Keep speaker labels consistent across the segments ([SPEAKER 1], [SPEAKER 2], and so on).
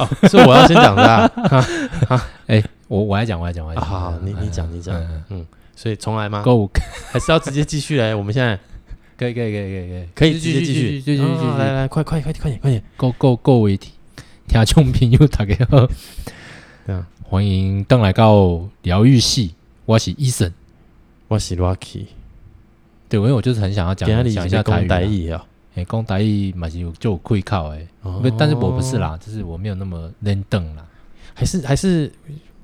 [SPEAKER 1] 是我要先讲的 啊。
[SPEAKER 2] 我我来讲，我来讲，我来
[SPEAKER 1] 啊
[SPEAKER 2] 讲。
[SPEAKER 1] 好，好你你讲，你讲
[SPEAKER 2] 嗯嗯。
[SPEAKER 1] 嗯，所以重来吗？
[SPEAKER 2] 够，
[SPEAKER 1] 还是要直接继续来？我们现在
[SPEAKER 2] 可以，可以，可以，可以，可以，
[SPEAKER 1] 可以直接继续，
[SPEAKER 2] 续，继续，继续，
[SPEAKER 1] 啊
[SPEAKER 2] 继续
[SPEAKER 1] 来来，快快快快点快点！
[SPEAKER 2] 各各各位听听众朋友大家好，
[SPEAKER 1] 对啊，
[SPEAKER 2] 欢迎登来到疗愈系，我是医生。
[SPEAKER 1] 我是 Rocky，
[SPEAKER 2] 对，因为我就是很想要讲
[SPEAKER 1] 今天你
[SPEAKER 2] 讲一
[SPEAKER 1] 是
[SPEAKER 2] 下
[SPEAKER 1] 在
[SPEAKER 2] 台
[SPEAKER 1] 讲
[SPEAKER 2] 语
[SPEAKER 1] 台
[SPEAKER 2] 啦，
[SPEAKER 1] 语啊。
[SPEAKER 2] 哎，讲台语嘛是有就有愧靠哎，
[SPEAKER 1] 哦
[SPEAKER 2] 不但是我不是，啦，就是我没有那么能等啦。
[SPEAKER 1] 还是还是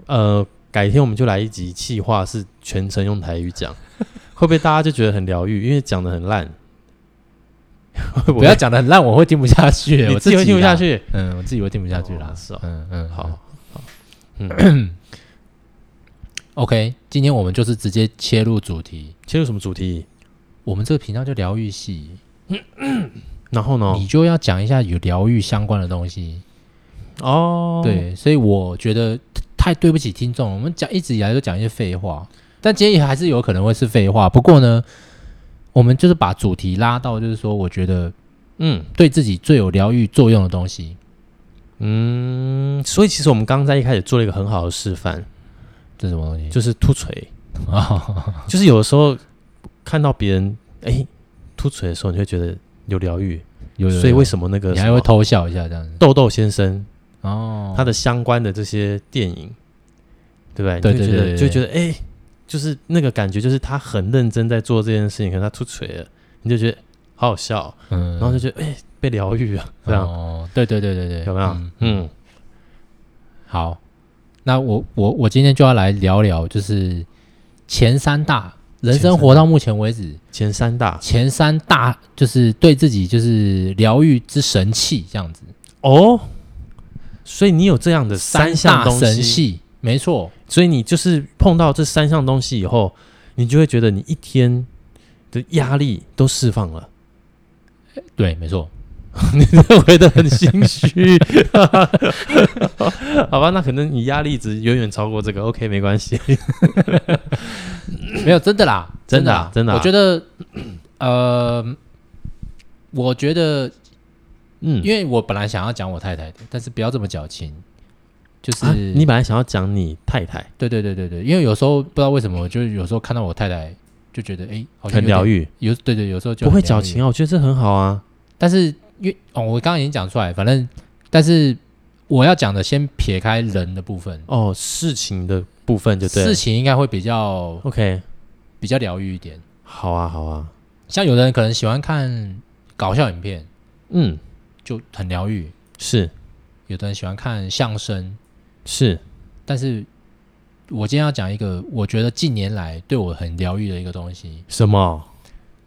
[SPEAKER 1] 呃，改天我们就来一集气话，是全程用台语 讲，会不会大家就觉得很疗愈？因为讲的很烂，会不
[SPEAKER 2] 不要
[SPEAKER 1] 会
[SPEAKER 2] 讲的很烂，我会听不下去欸，
[SPEAKER 1] 你
[SPEAKER 2] 我
[SPEAKER 1] 自己会听不
[SPEAKER 2] 啦
[SPEAKER 1] 下。去？
[SPEAKER 2] 嗯，我自己会听不下去啦
[SPEAKER 1] 哦。是哦
[SPEAKER 2] 嗯嗯，
[SPEAKER 1] 好，好，嗯，
[SPEAKER 2] OK，今天我们就是直接切入主题。
[SPEAKER 1] 切入什么主题？
[SPEAKER 2] 我们这个频道就疗愈系，
[SPEAKER 1] 然后呢？
[SPEAKER 2] 你就要讲一下有疗愈相关的东西。
[SPEAKER 1] 哦，，
[SPEAKER 2] 对，所以我觉得太对不起听众了，我们讲一直以来都讲一些废话，但今天也还是有可能会是废话。不过呢，我们就是把主题拉到，就是说，我觉得
[SPEAKER 1] 嗯
[SPEAKER 2] 对自己最有疗愈作用的东西，
[SPEAKER 1] 嗯，所以其实我们刚刚在一开始做了一个很好的示范，
[SPEAKER 2] 这是什么东西？
[SPEAKER 1] 就是突锤，
[SPEAKER 2] 啊，
[SPEAKER 1] 就是有的时候看到别人哎突锤的时候，你会觉得有疗愈，
[SPEAKER 2] 有有，
[SPEAKER 1] 所以
[SPEAKER 2] 有
[SPEAKER 1] 为什么那个
[SPEAKER 2] 你
[SPEAKER 1] 什
[SPEAKER 2] 还会
[SPEAKER 1] 么
[SPEAKER 2] 偷笑一下这样子？
[SPEAKER 1] 豆豆先生
[SPEAKER 2] 哦，
[SPEAKER 1] 他的相关的这些电影，对不
[SPEAKER 2] 对
[SPEAKER 1] 对？你
[SPEAKER 2] 对
[SPEAKER 1] 就觉
[SPEAKER 2] 对对
[SPEAKER 1] 得就觉得哎，就是那个感觉，就是他很认真在做这件事情，可是他突锤了，你就觉得好好笑哦，
[SPEAKER 2] 嗯
[SPEAKER 1] 然后就觉得哎被疗愈了，这样
[SPEAKER 2] 哦，对对对对对，
[SPEAKER 1] 有没有
[SPEAKER 2] 嗯？
[SPEAKER 1] 嗯，
[SPEAKER 2] 好，那我我我今天就要来聊聊，就是前三大人
[SPEAKER 1] 前
[SPEAKER 2] 生
[SPEAKER 1] 三
[SPEAKER 2] 活到目前为止
[SPEAKER 1] 前三大
[SPEAKER 2] 前三大，就是对自己就是疗愈之神器这样子，
[SPEAKER 1] 哦，所以你有这样的三项
[SPEAKER 2] 大
[SPEAKER 1] 东
[SPEAKER 2] 神
[SPEAKER 1] 西，
[SPEAKER 2] 器，没错，
[SPEAKER 1] 所以你就是碰到这三项东西以后，你就会觉得你一天的压力都释放 了。
[SPEAKER 2] 对，没错，
[SPEAKER 1] 你这回的很心 虚，好吧？那可能你压力值远远超过这个，OK，没关系。
[SPEAKER 2] 没有真的啦，
[SPEAKER 1] 真
[SPEAKER 2] 的
[SPEAKER 1] 的啊
[SPEAKER 2] 啦
[SPEAKER 1] 真的啊
[SPEAKER 2] 我觉得，呃，我觉得，
[SPEAKER 1] 嗯，
[SPEAKER 2] 因为我本来想要讲我太太的，但是不要这么矫情，就是、
[SPEAKER 1] 啊，你本来想要讲你太太
[SPEAKER 2] 对对对对对，因为有时候不知道为什么，就是有时候看到我太太就觉得，哎、好像
[SPEAKER 1] 很
[SPEAKER 2] 有点
[SPEAKER 1] 疗愈，
[SPEAKER 2] 有对对，有时候就
[SPEAKER 1] 不会
[SPEAKER 2] 很疗
[SPEAKER 1] 矫
[SPEAKER 2] 愈
[SPEAKER 1] 情，啊，我觉得这很好啊。
[SPEAKER 2] 但是因为哦，我刚刚已经讲出来，反正但是我要讲的先撇开人的部分，
[SPEAKER 1] 哦，事情的部分就对了
[SPEAKER 2] 事情应该会比较
[SPEAKER 1] OK，
[SPEAKER 2] 比较疗愈一点。
[SPEAKER 1] 好啊，好啊，
[SPEAKER 2] 像有的人可能喜欢看搞笑影片，
[SPEAKER 1] 嗯，
[SPEAKER 2] 就很疗愈；
[SPEAKER 1] 是
[SPEAKER 2] 有的人喜欢看相声，
[SPEAKER 1] 是，
[SPEAKER 2] 但是我今天要讲一个我觉得近年来对我很疗愈的一个东西，
[SPEAKER 1] 什么？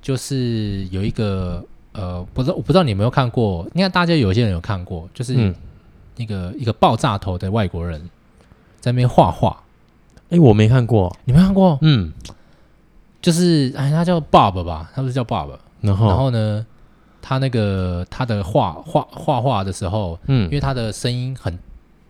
[SPEAKER 2] 就是有一个呃，不知道我不知道你有没有看过，应该大家有些人有看过，就是
[SPEAKER 1] 嗯，
[SPEAKER 2] 那个、一个爆炸头的外国人在那边画画，
[SPEAKER 1] 哎、我没看过，
[SPEAKER 2] 你没看过？
[SPEAKER 1] 嗯，
[SPEAKER 2] 就是哎，他叫 Bob 吧，他不是叫 Bob。
[SPEAKER 1] 然后
[SPEAKER 2] 然后呢，他那个他的画画画画的时候，
[SPEAKER 1] 嗯，
[SPEAKER 2] 因为他的声音很，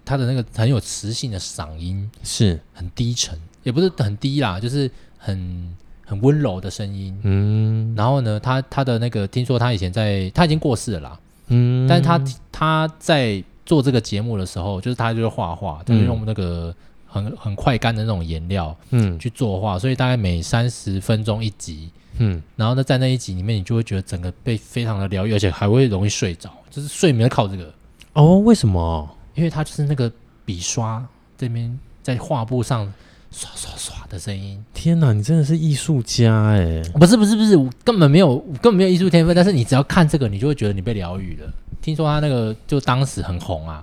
[SPEAKER 2] 他的那个很有磁性的嗓音，
[SPEAKER 1] 是，
[SPEAKER 2] 很低沉，也不是很低啦，就是很很温柔的声音。
[SPEAKER 1] 嗯
[SPEAKER 2] 然后呢，他他的那个，听说他以前在，他已经过世了啦，
[SPEAKER 1] 嗯，
[SPEAKER 2] 但是他他在做这个节目的时候，就是他就是画画，就是用那个很很快干的那种颜料
[SPEAKER 1] 嗯
[SPEAKER 2] 去作画，所以大概每三十分钟一集，
[SPEAKER 1] 嗯，
[SPEAKER 2] 然后呢，在那一集里面，你就会觉得整个被非常的疗愈，而且还会容易睡着，就是睡眠靠这个，
[SPEAKER 1] 哦，为什么？
[SPEAKER 2] 因为它就是那个笔刷这边在画布上刷刷刷的声音。
[SPEAKER 1] 天哪，你真的是艺术家哎、
[SPEAKER 2] 不是不是不是，我根本没有，我根本没有艺术天分，但是你只要看这个，你就会觉得你被疗愈了。听说他那个就当时很红啊，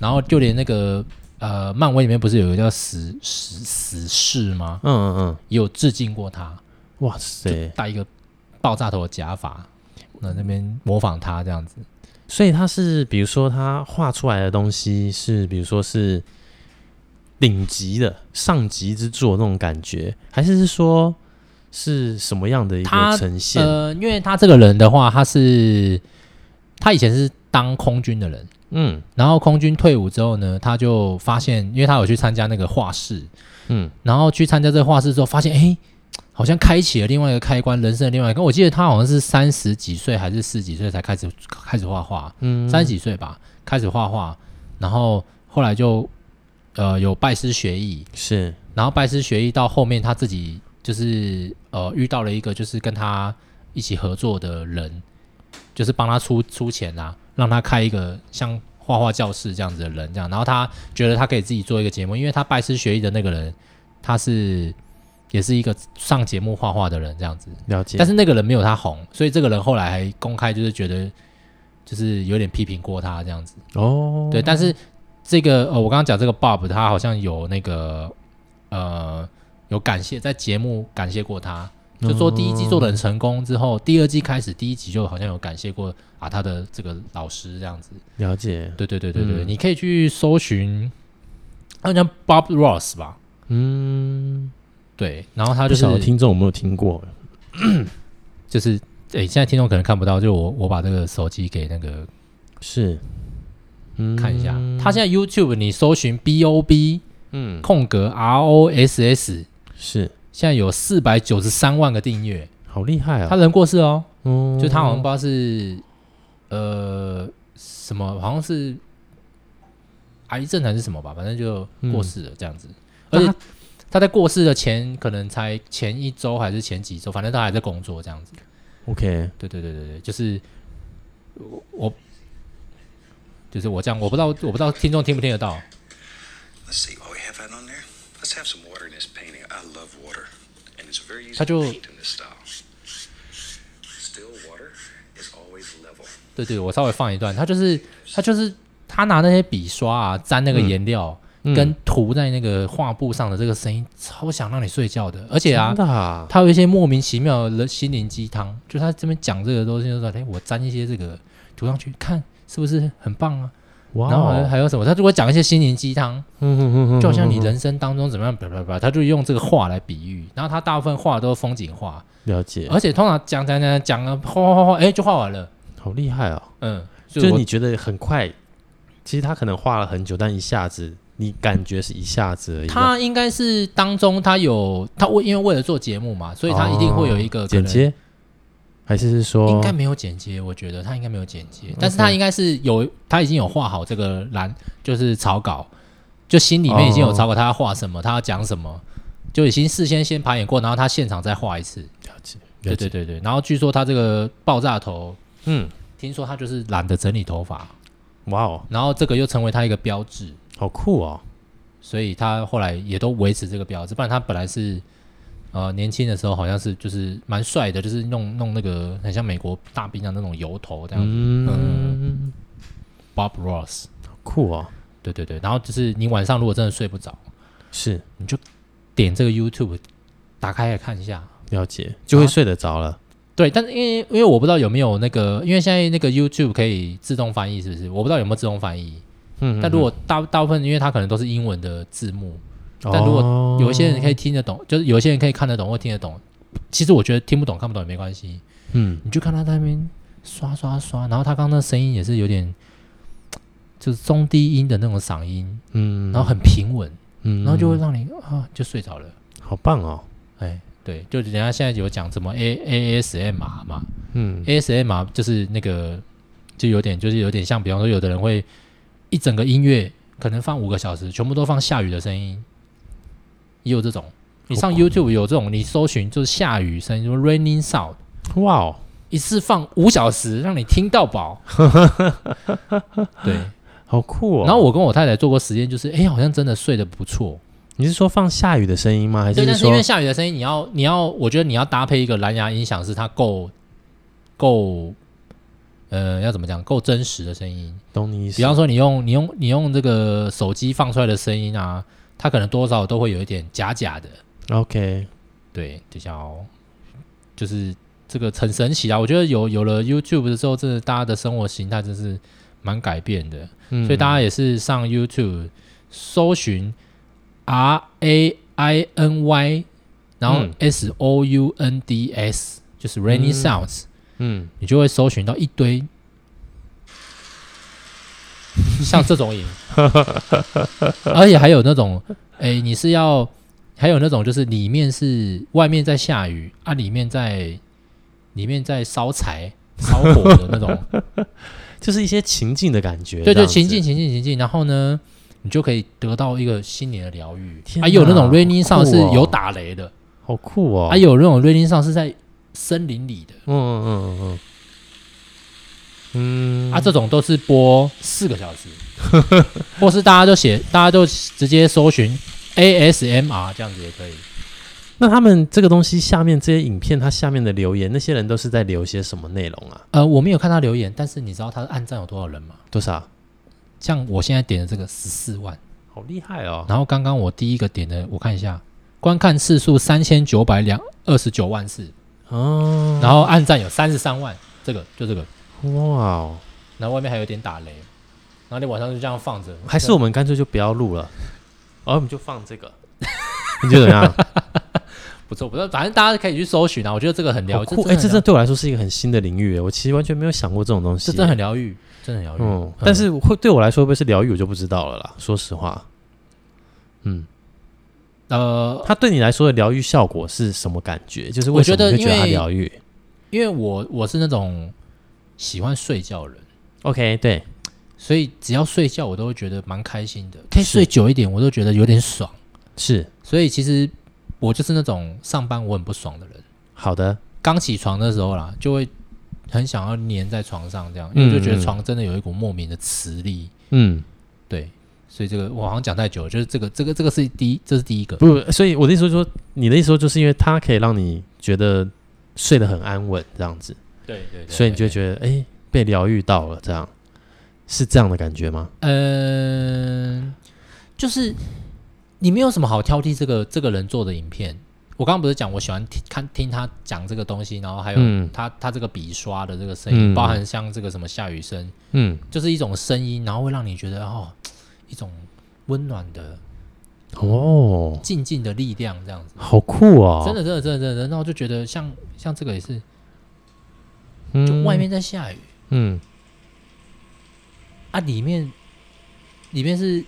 [SPEAKER 2] 然后就连那个呃，漫威里面不是有一个叫死死死侍吗？
[SPEAKER 1] 嗯嗯嗯，
[SPEAKER 2] 也有致敬过他，
[SPEAKER 1] 哇
[SPEAKER 2] 就
[SPEAKER 1] 塞！
[SPEAKER 2] 戴一个爆炸头的假发，那那边模仿他这样子。
[SPEAKER 1] 所以他是，比如说他画出来的东西是，比如说是顶级的上级之作那种感觉，还是是说是什么样的一
[SPEAKER 2] 他
[SPEAKER 1] 个呈现？
[SPEAKER 2] 呃，因为他这个人的话，他是他以前是当空军的人，
[SPEAKER 1] 嗯
[SPEAKER 2] 然后空军退伍之后呢，他就发现，因为他有去参加那个画室，
[SPEAKER 1] 嗯，
[SPEAKER 2] 然后去参加这个画室之后，发现哎，诶好像开启了另外一个开关，人生的另外一个。我记得他好像是三十几岁还是四十几岁才开始开始画画，
[SPEAKER 1] 嗯
[SPEAKER 2] 三十几岁吧，开始画画。然后后来就呃有拜师学艺，
[SPEAKER 1] 是
[SPEAKER 2] 然后拜师学艺到后面他自己就是呃遇到了一个就是跟他一起合作的人，就是帮他出出钱啊，让他开一个像画画教室这样子的人这样，然后他觉得他可以自己做一个节目，因为他拜师学艺的那个人他是也是一个上节目画画的人这样子，
[SPEAKER 1] 了解，
[SPEAKER 2] 但
[SPEAKER 1] 是
[SPEAKER 2] 是那个人没有他红，所以这个人后来还公开就是觉得就是有点批评过他这样子。
[SPEAKER 1] 哦，
[SPEAKER 2] 对，但是这个呃，我刚刚讲这个 Bob，他好像有那个呃，有感谢在节目感谢过他，就说第一季做
[SPEAKER 1] 哦
[SPEAKER 2] 的很成功之后，第二季开始第一集就好像有感谢过啊他的这个老师这样子。
[SPEAKER 1] 了解，
[SPEAKER 2] 对对对对对，
[SPEAKER 1] 嗯
[SPEAKER 2] 你可以去搜寻，好像 Bob Ross 吧，
[SPEAKER 1] 嗯，
[SPEAKER 2] 对，然后他
[SPEAKER 1] 不
[SPEAKER 2] 就是
[SPEAKER 1] 晓得听众有没有听过？
[SPEAKER 2] 就是。诶，现在听众可能看不到，就我我把这个手机给那个
[SPEAKER 1] 是，嗯，
[SPEAKER 2] 看一下，他现在 YouTube 你搜寻 B O B
[SPEAKER 1] 嗯
[SPEAKER 2] 空格 R O S S，
[SPEAKER 1] 是，
[SPEAKER 2] 现在有四百九十三万个订阅，
[SPEAKER 1] 好厉害啊！
[SPEAKER 2] 他人过世哦，
[SPEAKER 1] 哦
[SPEAKER 2] 就他好像不知道是呃什么，好像是癌症还是什么吧，反正就过世了这样子。
[SPEAKER 1] 那
[SPEAKER 2] 而
[SPEAKER 1] 他
[SPEAKER 2] 且他在过世的前可能才前一周还是前几周，反正他还在工作这样子。
[SPEAKER 1] OK，
[SPEAKER 2] 对对对对对，就是我我就是我这样，我不知道我不知道听众听不听得到。
[SPEAKER 3] Let's see what we have out on there. Let's have some water in this painting. I love water, and it's very easy
[SPEAKER 2] How
[SPEAKER 3] to
[SPEAKER 2] do-
[SPEAKER 3] paint in this style. Still water is always level.
[SPEAKER 2] 对对，我稍微放一段，他就是他就是他拿那些笔刷啊，沾那个颜料、跟涂在那个画布上的这个声音，超想让你睡觉的。而且啊
[SPEAKER 1] 真，的啊，
[SPEAKER 2] 他有一些莫名其妙的心灵鸡汤，就他这边讲这个东西，就说哎，我沾一些这个涂上去，看是不是很棒啊？
[SPEAKER 1] 哇哦，
[SPEAKER 2] 然后好像还有什么，他如果讲一些心灵鸡汤，
[SPEAKER 1] 嗯哼哼哼
[SPEAKER 2] 就好像你人生当中怎么样，叭叭叭，他就用这个画来比喻。然后他大部分画都是风景画，
[SPEAKER 1] 了解，
[SPEAKER 2] 而且通常讲讲讲讲了，画画画画，哎，就画完了。
[SPEAKER 1] 好厉害哦！
[SPEAKER 2] 嗯，
[SPEAKER 1] 就是
[SPEAKER 2] 我
[SPEAKER 1] 你觉得很快，其实他可能画了很久，但一下子你感觉是一下子而已。啊
[SPEAKER 2] 他应该是当中他有他为因为为了做节目嘛，所以他一定会有一个
[SPEAKER 1] 哦
[SPEAKER 2] 可
[SPEAKER 1] 剪
[SPEAKER 2] 能，
[SPEAKER 1] 接，哦还是是说
[SPEAKER 2] 应该没有剪接，我觉得他应该没有剪接，
[SPEAKER 1] 嗯
[SPEAKER 2] 但是他应该是有他已经有画好这个蓝就是草稿，就心里面已经有草稿，他要画什么，他要讲什么，就已经事先先排演过，然后他现场再画一次，
[SPEAKER 1] 了解？
[SPEAKER 2] 对
[SPEAKER 1] 了
[SPEAKER 2] 对
[SPEAKER 1] 解，
[SPEAKER 2] 对对，然后据说他这个爆炸头，
[SPEAKER 1] 嗯，
[SPEAKER 2] 听说他就是懒得整理头发，
[SPEAKER 1] 哇哦，
[SPEAKER 2] 然后这个又成为他一个标志，
[SPEAKER 1] 好酷哦！
[SPEAKER 2] 所以他后来也都维持这个标志，不然他本来是呃年轻的时候好像是就是蛮帅的，就是弄弄那个很像美国大兵的啊那种油头这样子、
[SPEAKER 1] 嗯，
[SPEAKER 2] b o b Ross，
[SPEAKER 1] 好酷哦，
[SPEAKER 2] 对对对，然后就是你晚上如果真的睡不着，
[SPEAKER 1] 是
[SPEAKER 2] 点这个 YouTube 打开来看一下。
[SPEAKER 1] 了
[SPEAKER 2] 啊
[SPEAKER 1] 解，就会睡得着了。
[SPEAKER 2] 对，但是因为因为我不知道有没有那个，因为现在那个 YouTube 可以自动翻译，是不是？我不知道有没有自动翻译。
[SPEAKER 1] 嗯，
[SPEAKER 2] 但如果大大部分，因为它可能都是英文的字幕，
[SPEAKER 1] 哦
[SPEAKER 2] 但如
[SPEAKER 1] 果
[SPEAKER 2] 有一些人可
[SPEAKER 1] 以，
[SPEAKER 2] 以听得懂，就是有一些人可以看得懂或听得懂。其实我觉得听不懂看不懂也没关系，
[SPEAKER 1] 嗯，
[SPEAKER 2] 你就看他在那边刷刷刷，然后他刚刚那声音也是有点，就是中低音的那种嗓音，
[SPEAKER 1] 嗯，
[SPEAKER 2] 然后很平稳，
[SPEAKER 1] 嗯，
[SPEAKER 2] 然后就会让你啊就睡着了。
[SPEAKER 1] 好棒哦，
[SPEAKER 2] 哎，对，就人家现在有讲什么 A A S M R 嘛
[SPEAKER 1] 嗯，
[SPEAKER 2] ，A S M R 就是那个就有点就是有点像，比方说有的人会一整个音乐可能放五个小时，全部都放下雨的声音，也有这种。你上
[SPEAKER 1] 好
[SPEAKER 2] YouTube 有这种，你搜寻就是下雨声音，什么 raining sound，
[SPEAKER 1] 哇哦，
[SPEAKER 2] 一次放五小时，让你听到饱。对，
[SPEAKER 1] 好酷哦。
[SPEAKER 2] 然后我跟我太太做过实验，就是哎、好像真的睡得不错。
[SPEAKER 1] 你是说放下雨的声音吗？还
[SPEAKER 2] 对，但是
[SPEAKER 1] 说
[SPEAKER 2] 因为下雨的声音，你要你要，我觉得你要搭配一个蓝牙音响，是它够够，呃，要怎么讲？够真实的声音。
[SPEAKER 1] 懂你意思？
[SPEAKER 2] 比方说，你用你用你用这个手机放出来的声音啊，它可能多少都会有一点假假的。
[SPEAKER 1] OK，
[SPEAKER 2] 对，比较就是这个很神奇啊！我觉得有有了 YouTube 的之后，真的大家的生活形态真是蛮改变的。
[SPEAKER 1] 嗯
[SPEAKER 2] 所以大家也是上 YouTube 搜寻 R A I N Y，然后
[SPEAKER 1] 嗯
[SPEAKER 2] S O U N D S，、就是 Rainy
[SPEAKER 1] 嗯
[SPEAKER 2] Sounds，、
[SPEAKER 1] 嗯，
[SPEAKER 2] 你就会搜寻到一 堆像这种影，而且还有那种，哎，你是要还有那种就是里面是外面在下雨啊，里面在里面在烧柴烧火的那种
[SPEAKER 1] 就是一些情境的感觉。
[SPEAKER 2] 对
[SPEAKER 1] 这
[SPEAKER 2] 对，
[SPEAKER 1] 样子
[SPEAKER 2] 情境。情境情境，然后呢，你就可以得到一个心理的疗愈。
[SPEAKER 1] 天
[SPEAKER 2] 啊，有那
[SPEAKER 1] 哪
[SPEAKER 2] 种 raining
[SPEAKER 1] 好
[SPEAKER 2] 上
[SPEAKER 1] 酷
[SPEAKER 2] 是
[SPEAKER 1] 哦
[SPEAKER 2] 有打雷的，
[SPEAKER 1] 好酷哦！
[SPEAKER 2] 啊，有那种 raining 上是在森林里的，
[SPEAKER 1] 嗯嗯嗯嗯，嗯
[SPEAKER 2] 啊，这种都是播四个 小时，或是大家就写，大家就直接搜寻 ASMR 这样子也可以。
[SPEAKER 1] 那他们这个东西下面这些影片，它下面的留言，那些人都是在留些什么内容啊？
[SPEAKER 2] 呃，我没有看他留言，但是你知道他的按赞有多少人吗？
[SPEAKER 1] 多少？
[SPEAKER 2] 像我现在点的这个十四万，
[SPEAKER 1] 好厉害哦！
[SPEAKER 2] 然后刚刚我第一个点的，我看一下，观看次数三千九百两二十九万次，
[SPEAKER 1] 哦，
[SPEAKER 2] 然后按赞有三十三万，这个就这个，
[SPEAKER 1] 哇哦，
[SPEAKER 2] 然后外面还有点打雷，然后你晚上就这样放着，
[SPEAKER 1] 还是我们干脆就不要录了，哦，我们就放这个，你觉得怎么 样？
[SPEAKER 2] 不错不错，反正大家可以去搜寻啊，我觉得这个很疗
[SPEAKER 1] 好
[SPEAKER 2] 愈，
[SPEAKER 1] 酷！哎，这
[SPEAKER 2] 真
[SPEAKER 1] 这
[SPEAKER 2] 的很疗
[SPEAKER 1] 对我来说是一个很新的领域耶，我其实完全没有想过这种东西。
[SPEAKER 2] 这真的很疗愈，真的很疗愈。
[SPEAKER 1] 嗯，但是会对我来说会不会是疗愈，我就不知道了啦。说实话，嗯，
[SPEAKER 2] 呃，
[SPEAKER 1] 它对你来说的疗愈效果是什么感觉？就是为
[SPEAKER 2] 我
[SPEAKER 1] 什
[SPEAKER 2] 觉
[SPEAKER 1] 么
[SPEAKER 2] 得
[SPEAKER 1] 你会觉得
[SPEAKER 2] 因
[SPEAKER 1] 它
[SPEAKER 2] 为
[SPEAKER 1] 疗愈
[SPEAKER 2] 因为我我是那种喜欢睡觉的人，
[SPEAKER 1] ？OK，对，
[SPEAKER 2] 所以只要睡觉我都会觉得蛮开心的，可以
[SPEAKER 1] 是
[SPEAKER 2] 睡久一点，我都觉得有点爽。
[SPEAKER 1] 是
[SPEAKER 2] 所以其实我就是那种上班我很不爽的人，
[SPEAKER 1] 好的，
[SPEAKER 2] 刚起床的时候啦，就会很想要粘在床上这样，因为
[SPEAKER 1] 嗯
[SPEAKER 2] 就觉
[SPEAKER 1] 嗯
[SPEAKER 2] 得床真的有一股莫名的磁力。
[SPEAKER 1] 嗯。
[SPEAKER 2] 对，所以这个我好像讲太久了，就是这个这个这个是第一，这是第一个。
[SPEAKER 1] 不，所以我的意思是说，你的意思说就是因为它可以让你觉得睡得很安稳这样子，
[SPEAKER 2] 对对
[SPEAKER 1] 所以你就会觉得哎、诶被疗愈到了，这样是这样的感觉吗？
[SPEAKER 2] 嗯，就是你没有什么好挑剔这个这个人做的影片。我刚刚不是讲我喜欢听看听他讲这个东西，然后还有
[SPEAKER 1] 嗯
[SPEAKER 2] 他、他这个笔刷的这个声音，
[SPEAKER 1] 嗯
[SPEAKER 2] 包含像这个什么下雨声，
[SPEAKER 1] 嗯，
[SPEAKER 2] 就是一种声音，然后会让你觉得哦，一种温暖的
[SPEAKER 1] 哦，
[SPEAKER 2] 静静的力量这样子。
[SPEAKER 1] 好酷哦，
[SPEAKER 2] 真的真的真的真的，然后就觉得像像这个也是，
[SPEAKER 1] 嗯，
[SPEAKER 2] 就外面在下雨、
[SPEAKER 1] 嗯
[SPEAKER 2] 啊，里面里面是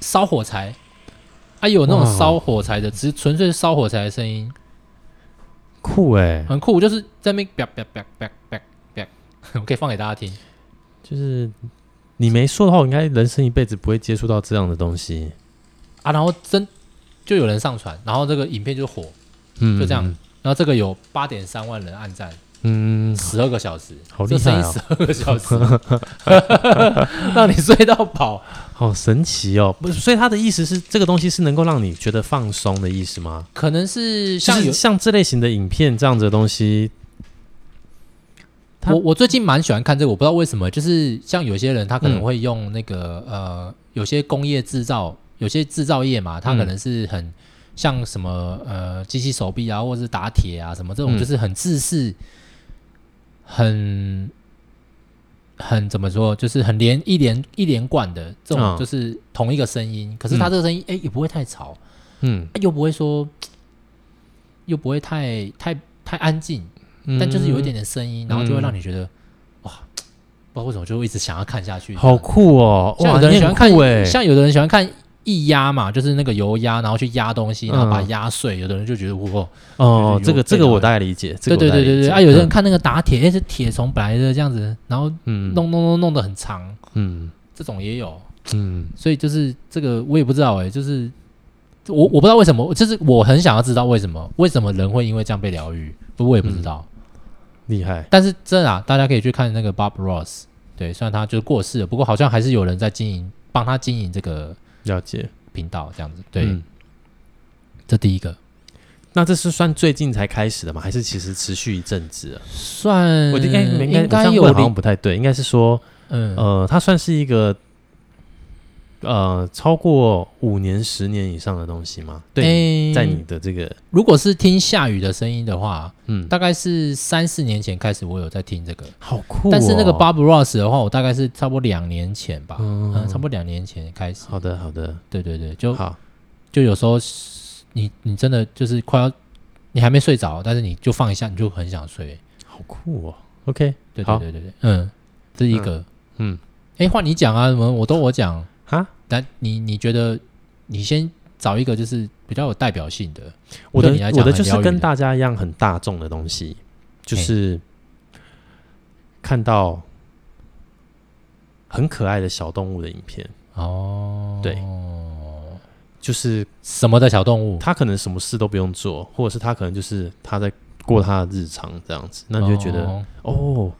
[SPEAKER 2] 烧火柴啊，有那
[SPEAKER 1] 哇
[SPEAKER 2] 种烧火柴的，只是纯粹是烧火柴的声音，
[SPEAKER 1] 酷哎、
[SPEAKER 2] 很酷，就是在那边啪啪啪啪啪啪， 我可以放给大家听。
[SPEAKER 1] 就是你没说的话，我应该人生一辈子不会接触到这样的东西，
[SPEAKER 2] 啊，然后真就有人上传，然后这个影片就火，
[SPEAKER 1] 嗯，
[SPEAKER 2] 就这样。，然后这个有八点三万人按赞，
[SPEAKER 1] 嗯，
[SPEAKER 2] 十二个小时，
[SPEAKER 1] 好厉
[SPEAKER 2] 这
[SPEAKER 1] 害
[SPEAKER 2] 声
[SPEAKER 1] 哦
[SPEAKER 2] 音十二个小时， 让你睡到饱。
[SPEAKER 1] 好神奇哦，不是，所以他的意思是这个东西是能够让你觉得放松的意思吗？
[SPEAKER 2] 可能是
[SPEAKER 1] 就
[SPEAKER 2] 像
[SPEAKER 1] 是
[SPEAKER 2] 有
[SPEAKER 1] 像这类型的影片这样子的东西，他
[SPEAKER 2] 我，我最近蛮喜欢看这个，我不知道为什么，就是像有些人他可能
[SPEAKER 1] 嗯
[SPEAKER 2] 会用那个、呃，有些工业制造，有些制造业嘛，它
[SPEAKER 1] 嗯
[SPEAKER 2] 可能是很、像什么呃机器手臂啊，或者是打铁啊什么这种，
[SPEAKER 1] 嗯
[SPEAKER 2] 就是很自式，很很怎么说，就是很连一连一连贯的这
[SPEAKER 1] 嗯
[SPEAKER 2] 种，就是同一个声音，可是它这个声音哎、也不会太吵，
[SPEAKER 1] 嗯，
[SPEAKER 2] 又不会说，又不会太太太安静，但就是有
[SPEAKER 1] 嗯
[SPEAKER 2] 一点点声音，然后就会让你觉得、哇，不知道为什么就会一直想要看下去。
[SPEAKER 1] 好酷哦！
[SPEAKER 2] 像
[SPEAKER 1] 哇，
[SPEAKER 2] 有的人喜欢看，
[SPEAKER 1] 哎，
[SPEAKER 2] 像有的人喜欢看液压嘛，就是那个油压，然后去压东西，然后把它
[SPEAKER 1] 嗯
[SPEAKER 2] 压碎。有的人就觉得哇，
[SPEAKER 1] 哦，这
[SPEAKER 2] 就是有
[SPEAKER 1] 个这
[SPEAKER 2] 被
[SPEAKER 1] 个
[SPEAKER 2] 拿
[SPEAKER 1] 我
[SPEAKER 2] 来
[SPEAKER 1] 大概理解，这
[SPEAKER 2] 对
[SPEAKER 1] 个我
[SPEAKER 2] 对
[SPEAKER 1] 大概
[SPEAKER 2] 对对
[SPEAKER 1] 理
[SPEAKER 2] 对，
[SPEAKER 1] 解
[SPEAKER 2] 啊，有的人
[SPEAKER 1] 嗯
[SPEAKER 2] 看那个打铁，哎，这铁从本来的这样子，然后
[SPEAKER 1] 嗯
[SPEAKER 2] 弄弄弄弄得很长，
[SPEAKER 1] 嗯
[SPEAKER 2] 这种也有。
[SPEAKER 1] 嗯
[SPEAKER 2] 所以就是这个我也不知道哎、就是我我不知道为什么，就是我很想要知道为什么为什么人会因为这样被疗愈，不我也不
[SPEAKER 1] 嗯
[SPEAKER 2] 知道。
[SPEAKER 1] 厉害，
[SPEAKER 2] 但是真的啊，大家可以去看那个 Bob Ross，对，虽然他就是过世了，不过好像还是有人在经营，帮他经营这个
[SPEAKER 1] 了解。
[SPEAKER 2] 频道这样子。对，
[SPEAKER 1] 嗯
[SPEAKER 2] 这第一个
[SPEAKER 1] 那这是算最近才开始的吗？还是其实持续一阵子了？
[SPEAKER 2] 算
[SPEAKER 1] 我应该应
[SPEAKER 2] 嗯应
[SPEAKER 1] 该
[SPEAKER 2] 该
[SPEAKER 1] 我这样
[SPEAKER 2] 有
[SPEAKER 1] 问好像
[SPEAKER 2] 零
[SPEAKER 1] 不太对，应该是说
[SPEAKER 2] 嗯
[SPEAKER 1] 呃，它算是一个呃超过五年、十年以上的东西吗？对，
[SPEAKER 2] 诶
[SPEAKER 1] 在你的这个
[SPEAKER 2] 嗯如果是听下雨的声音的话，
[SPEAKER 1] 嗯，
[SPEAKER 2] 大概是三四年前开始我有在听这个，
[SPEAKER 1] 好酷哦。
[SPEAKER 2] 但是那个 Bob Ross 的话，我大概是差不多两年前吧，
[SPEAKER 1] 嗯
[SPEAKER 2] 嗯，差不多哦两年前开始。
[SPEAKER 1] 好的好的
[SPEAKER 2] 对对对，就
[SPEAKER 1] 好，
[SPEAKER 2] 就有时候是你你真的就是快要你还没睡着，但是你就放一下，你就很想睡。
[SPEAKER 1] 好酷哦。OK，
[SPEAKER 2] 对对
[SPEAKER 1] 好
[SPEAKER 2] 对对对，嗯，这是一个。
[SPEAKER 1] 嗯
[SPEAKER 2] 哎、换你讲啊，我我都我讲。
[SPEAKER 1] 哈，
[SPEAKER 2] 但你你觉得你先找一个就是比较有代表性的，
[SPEAKER 1] 我的
[SPEAKER 2] 对你来讲
[SPEAKER 1] 我的
[SPEAKER 2] 很
[SPEAKER 1] 就是
[SPEAKER 2] 疗愈
[SPEAKER 1] 跟
[SPEAKER 2] 的
[SPEAKER 1] 大家一样很大众的东西，就是看到很可爱的小动物的影片，
[SPEAKER 2] 哦，
[SPEAKER 1] 对，就是
[SPEAKER 2] 什么的小动物，
[SPEAKER 1] 他可能什么事都不用做，或者是他可能就是他在过他的日常这样子，那你就觉得
[SPEAKER 2] 哦
[SPEAKER 1] 哦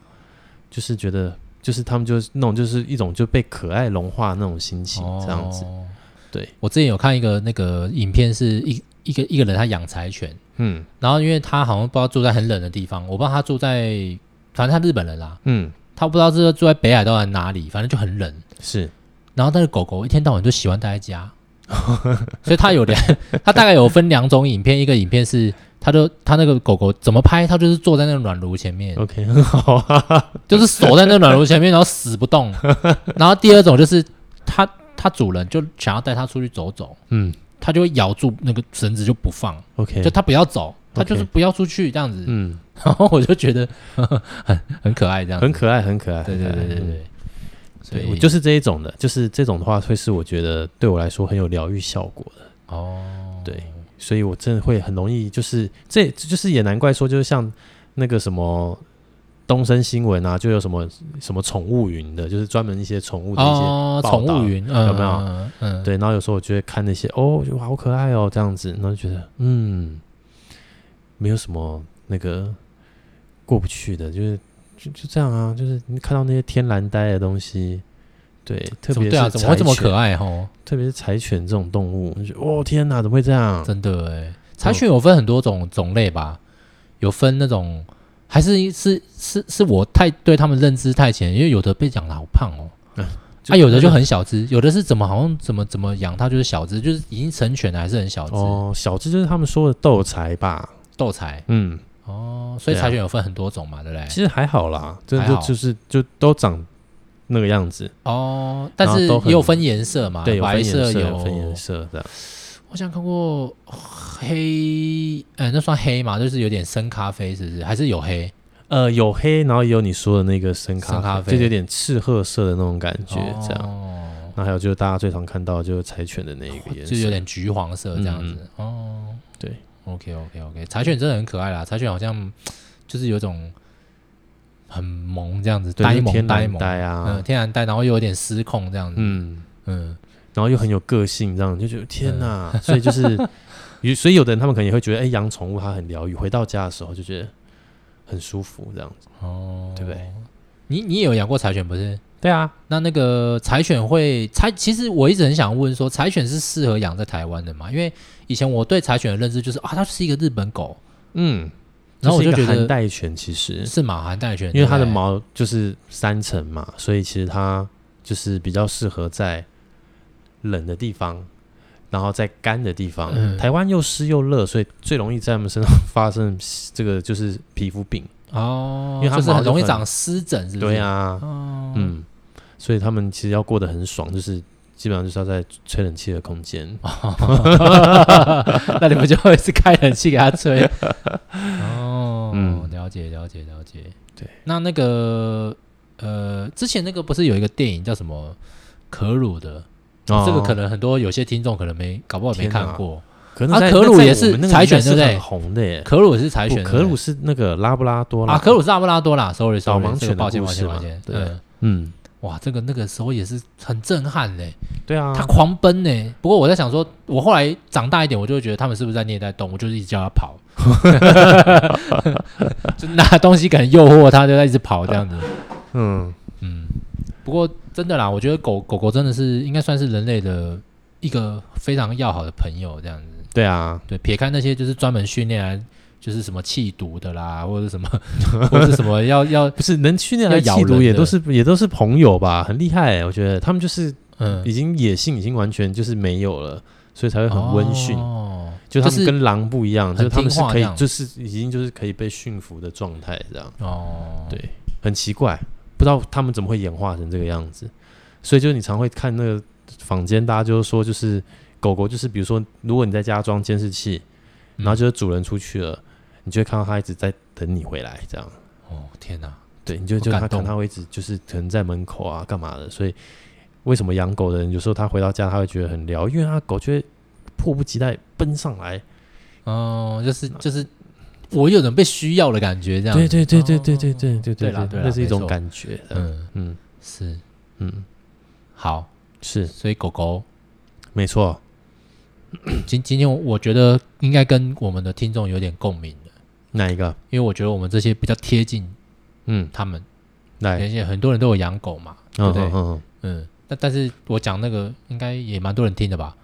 [SPEAKER 1] 就是觉得就是他们就是那种就是一种就被可爱融化那种心情这样子，
[SPEAKER 2] 哦
[SPEAKER 1] 对
[SPEAKER 2] 我之前有看一个那个影片，是一一个一个人他养柴犬，
[SPEAKER 1] 嗯
[SPEAKER 2] 然后因为他好像不知道住在很冷的地方，我不知道他住在，反正他日本人啦，
[SPEAKER 1] 嗯
[SPEAKER 2] 他不知道是住在北海道还是哪里，反正就很冷。
[SPEAKER 1] 是
[SPEAKER 2] 然后但是狗狗一天到晚就喜欢待在家， 所以它有两，它大概有分两种影片，一个影片是它就它那个狗狗怎么拍，它就是坐在那个暖炉前面，
[SPEAKER 1] OK 很好 啊，
[SPEAKER 2] 就是守在那个暖炉前面，然后死不 动。然后第二种就是它它主人就想要带它出去走走，
[SPEAKER 1] 嗯
[SPEAKER 2] 它就会咬住那个绳子就不放，
[SPEAKER 1] OK
[SPEAKER 2] 就它不要走，它
[SPEAKER 1] OK
[SPEAKER 2] 就是不要出去这样子。
[SPEAKER 1] 嗯
[SPEAKER 2] 然后我就觉得呵呵很很可爱这样子
[SPEAKER 1] 很，可爱很可爱，
[SPEAKER 2] 对对
[SPEAKER 1] 很可
[SPEAKER 2] 对
[SPEAKER 1] 爱
[SPEAKER 2] 对
[SPEAKER 1] 嗯
[SPEAKER 2] 对。所
[SPEAKER 1] 对
[SPEAKER 2] 以
[SPEAKER 1] 我就是这一种的，就是这种的话会是我觉得对我来说很有疗愈效果的，
[SPEAKER 2] 哦，
[SPEAKER 1] 对，所以我真的会很容易就是这这就是也难怪说就是像那个什么。东森新闻啊，就有什么什么宠物云的，就是专门一些宠物的一些、
[SPEAKER 2] 哦，
[SPEAKER 1] 报
[SPEAKER 2] 宠
[SPEAKER 1] 道
[SPEAKER 2] 物云有
[SPEAKER 1] 有没有？
[SPEAKER 2] 嗯嗯，
[SPEAKER 1] 对，然后有时候我就会看那些，哦，我觉得哇好可爱哦，这样子，然后就觉得，嗯，没有什么那个过不去的，就是就就这样啊，就是你看到那些天然呆的东西，对，特
[SPEAKER 2] 怎么
[SPEAKER 1] 别
[SPEAKER 2] 对啊，
[SPEAKER 1] 是嗯
[SPEAKER 2] 怎么会这么可
[SPEAKER 1] 爱？
[SPEAKER 2] 爱哦？
[SPEAKER 1] 特别是柴犬这种动物，我就觉得哦天哪，怎么会这样？
[SPEAKER 2] 真
[SPEAKER 1] 嗯
[SPEAKER 2] 的哎，柴犬有分很多种种类吧？有分那种，还是是是是我太对他们认知太浅，因为有的被养的好胖哦，啊，有的就很小只，有的是怎么好像怎么怎么养它就是小只，就是已经成犬了还是很小只，
[SPEAKER 1] 哦，小只就是他们说的斗柴吧，
[SPEAKER 2] 斗柴
[SPEAKER 1] 嗯，
[SPEAKER 2] 哦，所以
[SPEAKER 1] 对啊
[SPEAKER 2] 柴犬有分很多种嘛，对不对？
[SPEAKER 1] 其实还好啦，真的
[SPEAKER 2] 还
[SPEAKER 1] 就
[SPEAKER 2] 好
[SPEAKER 1] 就是就都长那个样子，
[SPEAKER 2] 哦，但
[SPEAKER 1] 然后
[SPEAKER 2] 是
[SPEAKER 1] 都很
[SPEAKER 2] 也有分颜色嘛，
[SPEAKER 1] 对，有分
[SPEAKER 2] 啊白
[SPEAKER 1] 颜
[SPEAKER 2] 色
[SPEAKER 1] 色，
[SPEAKER 2] 有
[SPEAKER 1] 有分颜色啊这样，
[SPEAKER 2] 我想看过黑，呃，那算黑嘛？就是有点深咖啡，是不是？还是有黑？
[SPEAKER 1] 呃，有黑，然后也有你说的那个深咖
[SPEAKER 2] 深咖啡哦
[SPEAKER 1] 就有点赤褐色的那种感觉，这样。
[SPEAKER 2] 样，
[SPEAKER 1] 那还有就是大家最常看到的就是柴犬的那一个颜
[SPEAKER 2] 哦就是有
[SPEAKER 1] 色，嗯
[SPEAKER 2] 点橘黄色这样子。哦，
[SPEAKER 1] 对
[SPEAKER 2] ，OK OK OK，柴犬真的很可爱啦，柴犬好像就是有种很萌这样子，
[SPEAKER 1] 对，
[SPEAKER 2] 呆
[SPEAKER 1] 就是
[SPEAKER 2] 萌
[SPEAKER 1] 天
[SPEAKER 2] 呆
[SPEAKER 1] 然
[SPEAKER 2] 萌，
[SPEAKER 1] 呆啊
[SPEAKER 2] 嗯，，天然呆，然后又有点失控这样子。
[SPEAKER 1] 嗯，
[SPEAKER 2] 嗯，
[SPEAKER 1] 然后又很有个性，这样就觉得天哪， 所以就是，有所以有的人他们可能也会觉得，哎，养宠物它很疗愈，回到家的时候就觉得很舒服，这样子，
[SPEAKER 2] 哦，
[SPEAKER 1] 对不对？
[SPEAKER 2] 你你也有养过柴犬不是？
[SPEAKER 1] 对啊，
[SPEAKER 2] 那那个柴犬会柴，其实我一直很想问说，柴犬是适合养在台湾的吗？因为以前我对柴犬的认知就是啊，它就是一个日本狗，
[SPEAKER 1] 嗯，
[SPEAKER 2] 然后我
[SPEAKER 1] 这
[SPEAKER 2] 就是
[SPEAKER 1] 一
[SPEAKER 2] 觉
[SPEAKER 1] 个寒
[SPEAKER 2] 得
[SPEAKER 1] 带犬其实
[SPEAKER 2] 是马寒带犬，
[SPEAKER 1] 因为它的
[SPEAKER 2] 对不对
[SPEAKER 1] 毛就是三层嘛，所以其实它就是比较适合在冷的地方，然后在干的地方。
[SPEAKER 2] 嗯
[SPEAKER 1] 台湾又湿又热，所以最容易在我们身上 发生这个就是皮肤病。
[SPEAKER 2] 哦，
[SPEAKER 1] 因为它
[SPEAKER 2] 就是
[SPEAKER 1] 毛
[SPEAKER 2] 很
[SPEAKER 1] 就
[SPEAKER 2] 容易
[SPEAKER 1] 很
[SPEAKER 2] 长湿疹，是不是？
[SPEAKER 1] 对，啊，
[SPEAKER 2] 哦，嗯，
[SPEAKER 1] 嗯，所以他们其实要过得很爽，就是基本上就是要在吹冷气的空间。
[SPEAKER 2] 哦 那你们就会是开冷气给它吹。哦，
[SPEAKER 1] 嗯
[SPEAKER 2] 了解了解了解。
[SPEAKER 1] 对，
[SPEAKER 2] 那那个呃，之前那个不是有一个电影叫什么可鲁的？这个可
[SPEAKER 1] 哦
[SPEAKER 2] 能很多有些听众可能没，搞不好没
[SPEAKER 1] 天哪
[SPEAKER 2] 看过。
[SPEAKER 1] 可能
[SPEAKER 2] 啊
[SPEAKER 1] 在
[SPEAKER 2] 可鲁
[SPEAKER 1] 那在
[SPEAKER 2] 也
[SPEAKER 1] 我
[SPEAKER 2] 是
[SPEAKER 1] 们那个
[SPEAKER 2] 柴
[SPEAKER 1] 年代
[SPEAKER 2] 犬对不
[SPEAKER 1] 是
[SPEAKER 2] 对
[SPEAKER 1] 很红的耶。
[SPEAKER 2] 可鲁是柴
[SPEAKER 1] 不
[SPEAKER 2] 犬，
[SPEAKER 1] 可鲁是那个拉布拉多
[SPEAKER 2] 对不对
[SPEAKER 1] 啦
[SPEAKER 2] 啊，可鲁是拉布拉多啦。Sorry，Sorry，
[SPEAKER 1] 导盲
[SPEAKER 2] 这个
[SPEAKER 1] 犬的
[SPEAKER 2] 抱歉，
[SPEAKER 1] 故
[SPEAKER 2] 抱
[SPEAKER 1] 事
[SPEAKER 2] 歉，
[SPEAKER 1] 嘛
[SPEAKER 2] 抱歉。
[SPEAKER 1] 对
[SPEAKER 2] 嗯，
[SPEAKER 1] 嗯，
[SPEAKER 2] 哇，这个那个时候也是很震撼嘞，
[SPEAKER 1] 对啊，
[SPEAKER 2] 它狂奔呢。不过我在想说，我后来长大一点，我就会觉得他们是不是在虐待动物，就是一直叫它跑， 就拿东西可能诱惑它，就在一直跑这样子。
[SPEAKER 1] 嗯。
[SPEAKER 2] 嗯，不过真的啦，我觉得狗狗狗真的是应该算是人类的一个非常要好的朋友这样子。
[SPEAKER 1] 对啊，
[SPEAKER 2] 对，撇开那些就是专门训练来，就是什么弃毒的啦，或 者什么，或者什么要要，
[SPEAKER 1] 不是能训练
[SPEAKER 2] 要
[SPEAKER 1] 来
[SPEAKER 2] 咬
[SPEAKER 1] 缉毒
[SPEAKER 2] 人
[SPEAKER 1] 也
[SPEAKER 2] 的
[SPEAKER 1] 都是也都是朋友吧，很厉害、我觉得他们就是
[SPEAKER 2] 嗯，
[SPEAKER 1] 已经野性已经完全就是没有了，所以才会很温驯。
[SPEAKER 2] 哦，
[SPEAKER 1] 就他们
[SPEAKER 2] 是
[SPEAKER 1] 跟狼不一样，
[SPEAKER 2] 很
[SPEAKER 1] 就是他们是
[SPEAKER 2] 听话
[SPEAKER 1] 可
[SPEAKER 2] 这样
[SPEAKER 1] 以，就是已经就是可以被驯服的状态，这样
[SPEAKER 2] 哦，
[SPEAKER 1] 对很奇怪，不知道他们怎么会演化成这个样子。所以就是你常会看那个坊间，大家就是说，就是狗狗，就是比如说，如果你在家装监视器，
[SPEAKER 2] 嗯
[SPEAKER 1] 然后就是主人出去了，你就会看到它一直在等你回来，这样。
[SPEAKER 2] 哦，天哪，
[SPEAKER 1] 对，你就
[SPEAKER 2] 我
[SPEAKER 1] 就
[SPEAKER 2] 感
[SPEAKER 1] 他看
[SPEAKER 2] 动
[SPEAKER 1] 他会一直就是可能在门口啊干嘛的，所以为什么养狗的人有时候他回到家他会觉得很疗愈，因为他狗就会迫不及待奔上来。
[SPEAKER 2] 哦，就是就是，我有种被需要的感觉，这样，哦
[SPEAKER 1] 对对对对对对对对
[SPEAKER 2] 对啦
[SPEAKER 1] 对，
[SPEAKER 2] 对啦
[SPEAKER 1] 那是一
[SPEAKER 2] 没
[SPEAKER 1] 种
[SPEAKER 2] 错
[SPEAKER 1] 感觉。嗯
[SPEAKER 2] 嗯，
[SPEAKER 1] 嗯，
[SPEAKER 2] 是，
[SPEAKER 1] 嗯，
[SPEAKER 2] 好，
[SPEAKER 1] 是
[SPEAKER 2] 所以狗狗
[SPEAKER 1] 没错，
[SPEAKER 2] 今今天我我觉得应该跟我们的听众有点共鸣的，
[SPEAKER 1] 哪一个？
[SPEAKER 2] 因为我觉得我们这些比较贴近
[SPEAKER 1] 嗯，
[SPEAKER 2] 他们，
[SPEAKER 1] 来，
[SPEAKER 2] 而且很多人都有养狗嘛，对不
[SPEAKER 1] 嗯
[SPEAKER 2] 对？
[SPEAKER 1] 嗯嗯
[SPEAKER 2] 嗯，但但是我讲那个应该也蛮多人听的吧？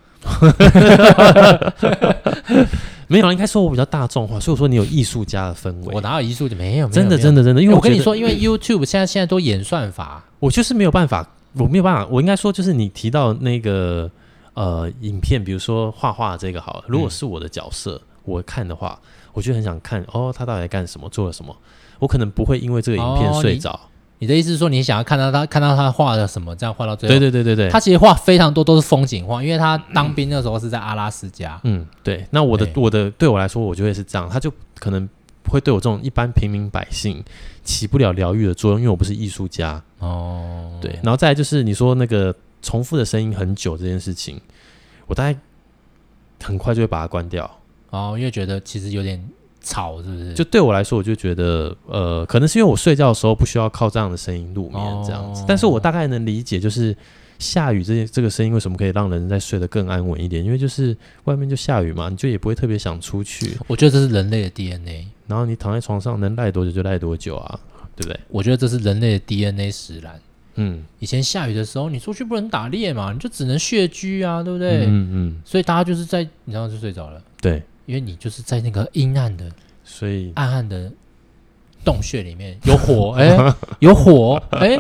[SPEAKER 1] 嗯， 没有啊，应该说我比较大众化，所以我说你有艺术家的氛围。
[SPEAKER 2] 我哪有一数就没有，没有
[SPEAKER 1] 真的
[SPEAKER 2] 没有
[SPEAKER 1] 真的真的，因为
[SPEAKER 2] 我跟
[SPEAKER 1] 觉
[SPEAKER 2] 你
[SPEAKER 1] 得
[SPEAKER 2] 说，因为 YouTube 现在现在都演算法，
[SPEAKER 1] 我就是没有办法，我没有办法，我应该说就是你提到那个呃影片，比如说画画这个好
[SPEAKER 2] 嗯
[SPEAKER 1] 了，如果是我的角色，我看的话，我就很想看哦，他到底在干什么，做了什么，我可能不会因为这个影片
[SPEAKER 2] 哦
[SPEAKER 1] 睡
[SPEAKER 2] 你
[SPEAKER 1] 着。
[SPEAKER 2] 你的意思是说你想要看到他看到他画的什么，这样画到最后？
[SPEAKER 1] 对对对对对，
[SPEAKER 2] 他其实画非常多都是风景画，因为他当兵那时候是在阿拉斯加。
[SPEAKER 1] 嗯对，那我的
[SPEAKER 2] 对
[SPEAKER 1] 我的对我来说，我就会是这样，他就可能会对我这种一般平民百姓起不了疗愈的作用，因为我不是艺术家。
[SPEAKER 2] 哦，
[SPEAKER 1] 对，然后再来就是你说那个重复的声音很久这件事情，我大概很快就会把它关掉。
[SPEAKER 2] 哦，因为觉得其实有点吵，是不是？
[SPEAKER 1] 就对我来说，我就觉得，呃，可能是因为我睡觉的时候不需要靠这样的声音入眠这样子，
[SPEAKER 2] 哦
[SPEAKER 1] 但是我大概能理解，就是下雨这件这个声音为什么可以让人在睡得更安稳一点，因为就是外面就下雨嘛，你就也不会特别想出去，
[SPEAKER 2] 我觉得这是人类的 DNA，
[SPEAKER 1] 然后你躺在床上能赖多久就赖多久啊，对不对？
[SPEAKER 2] 我觉得这是人类的 DNA 使然。
[SPEAKER 1] 嗯，
[SPEAKER 2] 以前下雨的时候，你出去不能打猎嘛，你就只能穴居啊，对不
[SPEAKER 1] 嗯
[SPEAKER 2] 对？
[SPEAKER 1] 嗯嗯，
[SPEAKER 2] 所以大家就是在你然后就睡着了，
[SPEAKER 1] 对，
[SPEAKER 2] 因为你就是在那个阴暗的、
[SPEAKER 1] 所以
[SPEAKER 2] 暗暗的洞穴里面 有火，哎、有火，哎、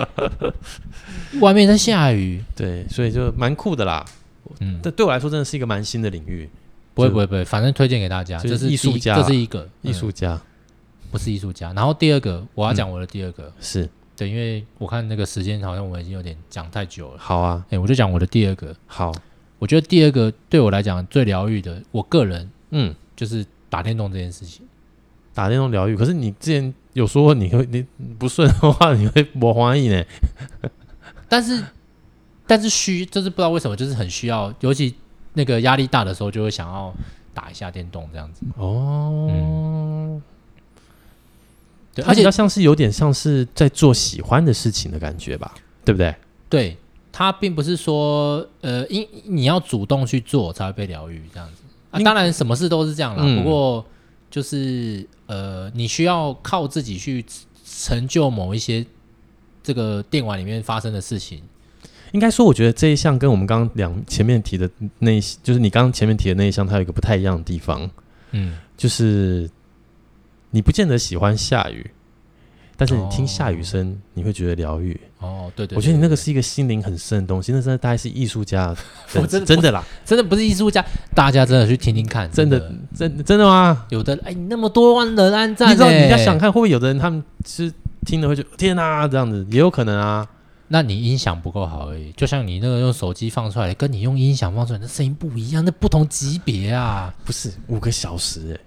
[SPEAKER 2] 外面在下雨，
[SPEAKER 1] 对，所以就蛮酷的啦。
[SPEAKER 2] 嗯，
[SPEAKER 1] 但对我来说，真的是一个蛮新的领域，
[SPEAKER 2] 不会
[SPEAKER 1] 就
[SPEAKER 2] 不会不会，反正推荐给大家，
[SPEAKER 1] 就
[SPEAKER 2] 这
[SPEAKER 1] 是
[SPEAKER 2] 是
[SPEAKER 1] 艺术
[SPEAKER 2] 第一
[SPEAKER 1] 家
[SPEAKER 2] 这是一个
[SPEAKER 1] 艺术嗯
[SPEAKER 2] 嗯
[SPEAKER 1] 家
[SPEAKER 2] 不是艺术家。然后第二个，我要讲我的第二个，
[SPEAKER 1] 是
[SPEAKER 2] 对，因为我看那个时间好像我们已经有点讲太久了，
[SPEAKER 1] 好啊，
[SPEAKER 2] 哎，我就讲我的第二个。
[SPEAKER 1] 好，
[SPEAKER 2] 我觉得第二个对我来讲最疗愈的，我个人
[SPEAKER 1] 嗯，
[SPEAKER 2] 就是打电动这件事情。
[SPEAKER 1] 打电动疗愈。可是你之前有说你会你不顺的话，你会不欢迎呢？
[SPEAKER 2] 但是 但是需就是不知道为什么，就是很需要，尤其那个压力大的时候，就会想要打一下电动这样子。嗯
[SPEAKER 1] 哦，
[SPEAKER 2] 对，
[SPEAKER 1] 它
[SPEAKER 2] 而
[SPEAKER 1] 比
[SPEAKER 2] 且
[SPEAKER 1] 较像是有点像是在做喜欢的事情的感觉吧，对不对？
[SPEAKER 2] 对它并不是说呃，因你要主动去做才会被疗愈这样子啊。
[SPEAKER 1] 应
[SPEAKER 2] 当然什么事都是这样啦，
[SPEAKER 1] 嗯
[SPEAKER 2] 不过就是呃，你需要靠自己去成就某一些这个电玩里面发生的事情。
[SPEAKER 1] 应该说，我觉得这一项跟我们刚刚两前面提的那一，就是你刚刚前面提的那一项，它有一个不太一样的地方，
[SPEAKER 2] 嗯，
[SPEAKER 1] 就是你不见得喜欢下雨，但是你听
[SPEAKER 2] 哦
[SPEAKER 1] 下雨声，你会觉得疗愈。
[SPEAKER 2] 哦，对对
[SPEAKER 1] 我觉得你那个
[SPEAKER 2] 对
[SPEAKER 1] 是一个心灵很深的东西，那真的大概是艺术家的等级，
[SPEAKER 2] 我真的
[SPEAKER 1] 真的啦，
[SPEAKER 2] 对真的不是艺术家，大家真的去听听看，
[SPEAKER 1] 真的真真的吗？
[SPEAKER 2] 有的哎，那么多万人按赞，
[SPEAKER 1] 你知道
[SPEAKER 2] 哎
[SPEAKER 1] 你在想，看，会不会有的人他们是听了会觉得天啊这样子，也有可能啊。
[SPEAKER 2] 那你音响不够好而已。就像你那个用手机放出来，跟你用音响放出来，那声音不一样，那不同级别啊。
[SPEAKER 1] 不是五个小时哎、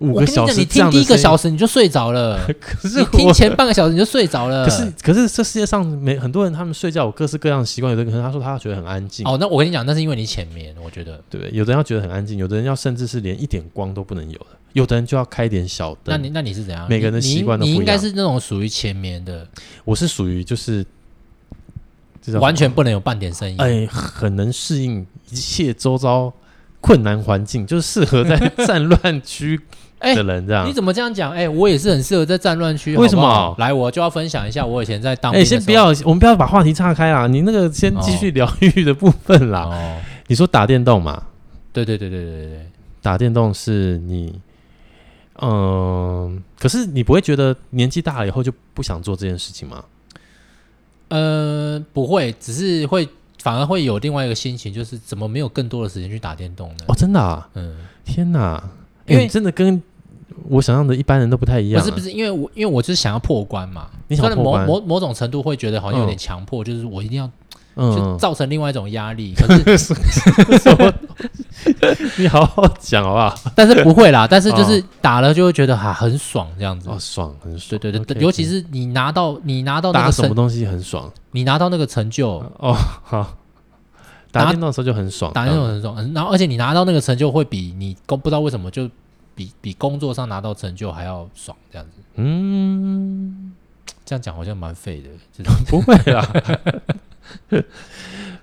[SPEAKER 1] 五
[SPEAKER 2] 我
[SPEAKER 1] 个
[SPEAKER 2] 跟你
[SPEAKER 1] 小
[SPEAKER 2] 讲，
[SPEAKER 1] 时
[SPEAKER 2] 你
[SPEAKER 1] 这
[SPEAKER 2] 听
[SPEAKER 1] 样
[SPEAKER 2] 第
[SPEAKER 1] 的
[SPEAKER 2] 一个
[SPEAKER 1] 声
[SPEAKER 2] 小
[SPEAKER 1] 音，
[SPEAKER 2] 时你就睡着了，
[SPEAKER 1] 可是
[SPEAKER 2] 你听
[SPEAKER 1] 我，
[SPEAKER 2] 前呃半个小时你就睡着 了。
[SPEAKER 1] 可是可是这世界上没很多人，他们睡觉有各式各样的习惯，有的人可能他说他觉得很安静，
[SPEAKER 2] 哦，那我跟你讲，那是因为你浅眠，我觉得。
[SPEAKER 1] 对不对？有的人要觉得很安静，有的人要甚至是连一点光都不能有的，有的人就要开点小
[SPEAKER 2] 那
[SPEAKER 1] 灯。
[SPEAKER 2] 你那你是怎样？
[SPEAKER 1] 每个人的
[SPEAKER 2] 你你
[SPEAKER 1] 习惯都
[SPEAKER 2] 你
[SPEAKER 1] 不一
[SPEAKER 2] 应该
[SPEAKER 1] 样
[SPEAKER 2] 是那种属于浅眠的，
[SPEAKER 1] 我是属于就是，这叫
[SPEAKER 2] 完全不能有半点声音。
[SPEAKER 1] 哎，很能适应一切周遭困难环境，就是适合在战乱区
[SPEAKER 2] 哎
[SPEAKER 1] 的人这样
[SPEAKER 2] 你。怎么这样讲？哎、我也是很适合在战乱区。
[SPEAKER 1] 啊为什么
[SPEAKER 2] 好不好来，我就要分享一下我以前在当
[SPEAKER 1] 哎、
[SPEAKER 2] 兵的时候。
[SPEAKER 1] 先不要，我们不要把话题岔开啦。你那个先继续疗愈的部分啦。
[SPEAKER 2] 哦，
[SPEAKER 1] 你说打电动嘛？
[SPEAKER 2] 对对对对对对对，
[SPEAKER 1] 打电动是你，嗯、可是你不会觉得年纪大了以后就不想做这件事情吗？
[SPEAKER 2] 呃，不会，只是会反而会有另外一个心情，就是怎么没有更多的时间去打电动呢？
[SPEAKER 1] 哦，真的啊！
[SPEAKER 2] 嗯，
[SPEAKER 1] 天哪，
[SPEAKER 2] 因为
[SPEAKER 1] 哎你真的跟我想象的一般人都不太一
[SPEAKER 2] 不
[SPEAKER 1] 样、啊
[SPEAKER 2] 是不，是，因为我因为我就是想要破关嘛，
[SPEAKER 1] 你想
[SPEAKER 2] 虽然
[SPEAKER 1] 破关
[SPEAKER 2] 某某某种程度会觉得好像有点
[SPEAKER 1] 嗯
[SPEAKER 2] 强迫，就是我一定要就
[SPEAKER 1] 嗯，
[SPEAKER 2] 造成另外一种压力，可是
[SPEAKER 1] 你好好讲好不好？
[SPEAKER 2] 但是不会啦，但是就
[SPEAKER 1] 哦
[SPEAKER 2] 是打了就会觉得哈、很爽这样子。
[SPEAKER 1] 哦，爽，很爽
[SPEAKER 2] 对。对对，
[SPEAKER 1] OK，OK
[SPEAKER 2] 尤其是你拿到你拿到那
[SPEAKER 1] 打
[SPEAKER 2] 个
[SPEAKER 1] 什么
[SPEAKER 2] 成，
[SPEAKER 1] 东西很爽
[SPEAKER 2] 你拿到那个成就，
[SPEAKER 1] 哦，好。打
[SPEAKER 2] 打
[SPEAKER 1] 电动的时候就很爽，
[SPEAKER 2] 打那种很爽，嗯然后而且你拿到那个成就会比你工不知道为什么就比比工作上拿到成就还要爽，这样子。
[SPEAKER 1] 嗯，
[SPEAKER 2] 这样讲好像蛮废的，这种
[SPEAKER 1] 不会啦，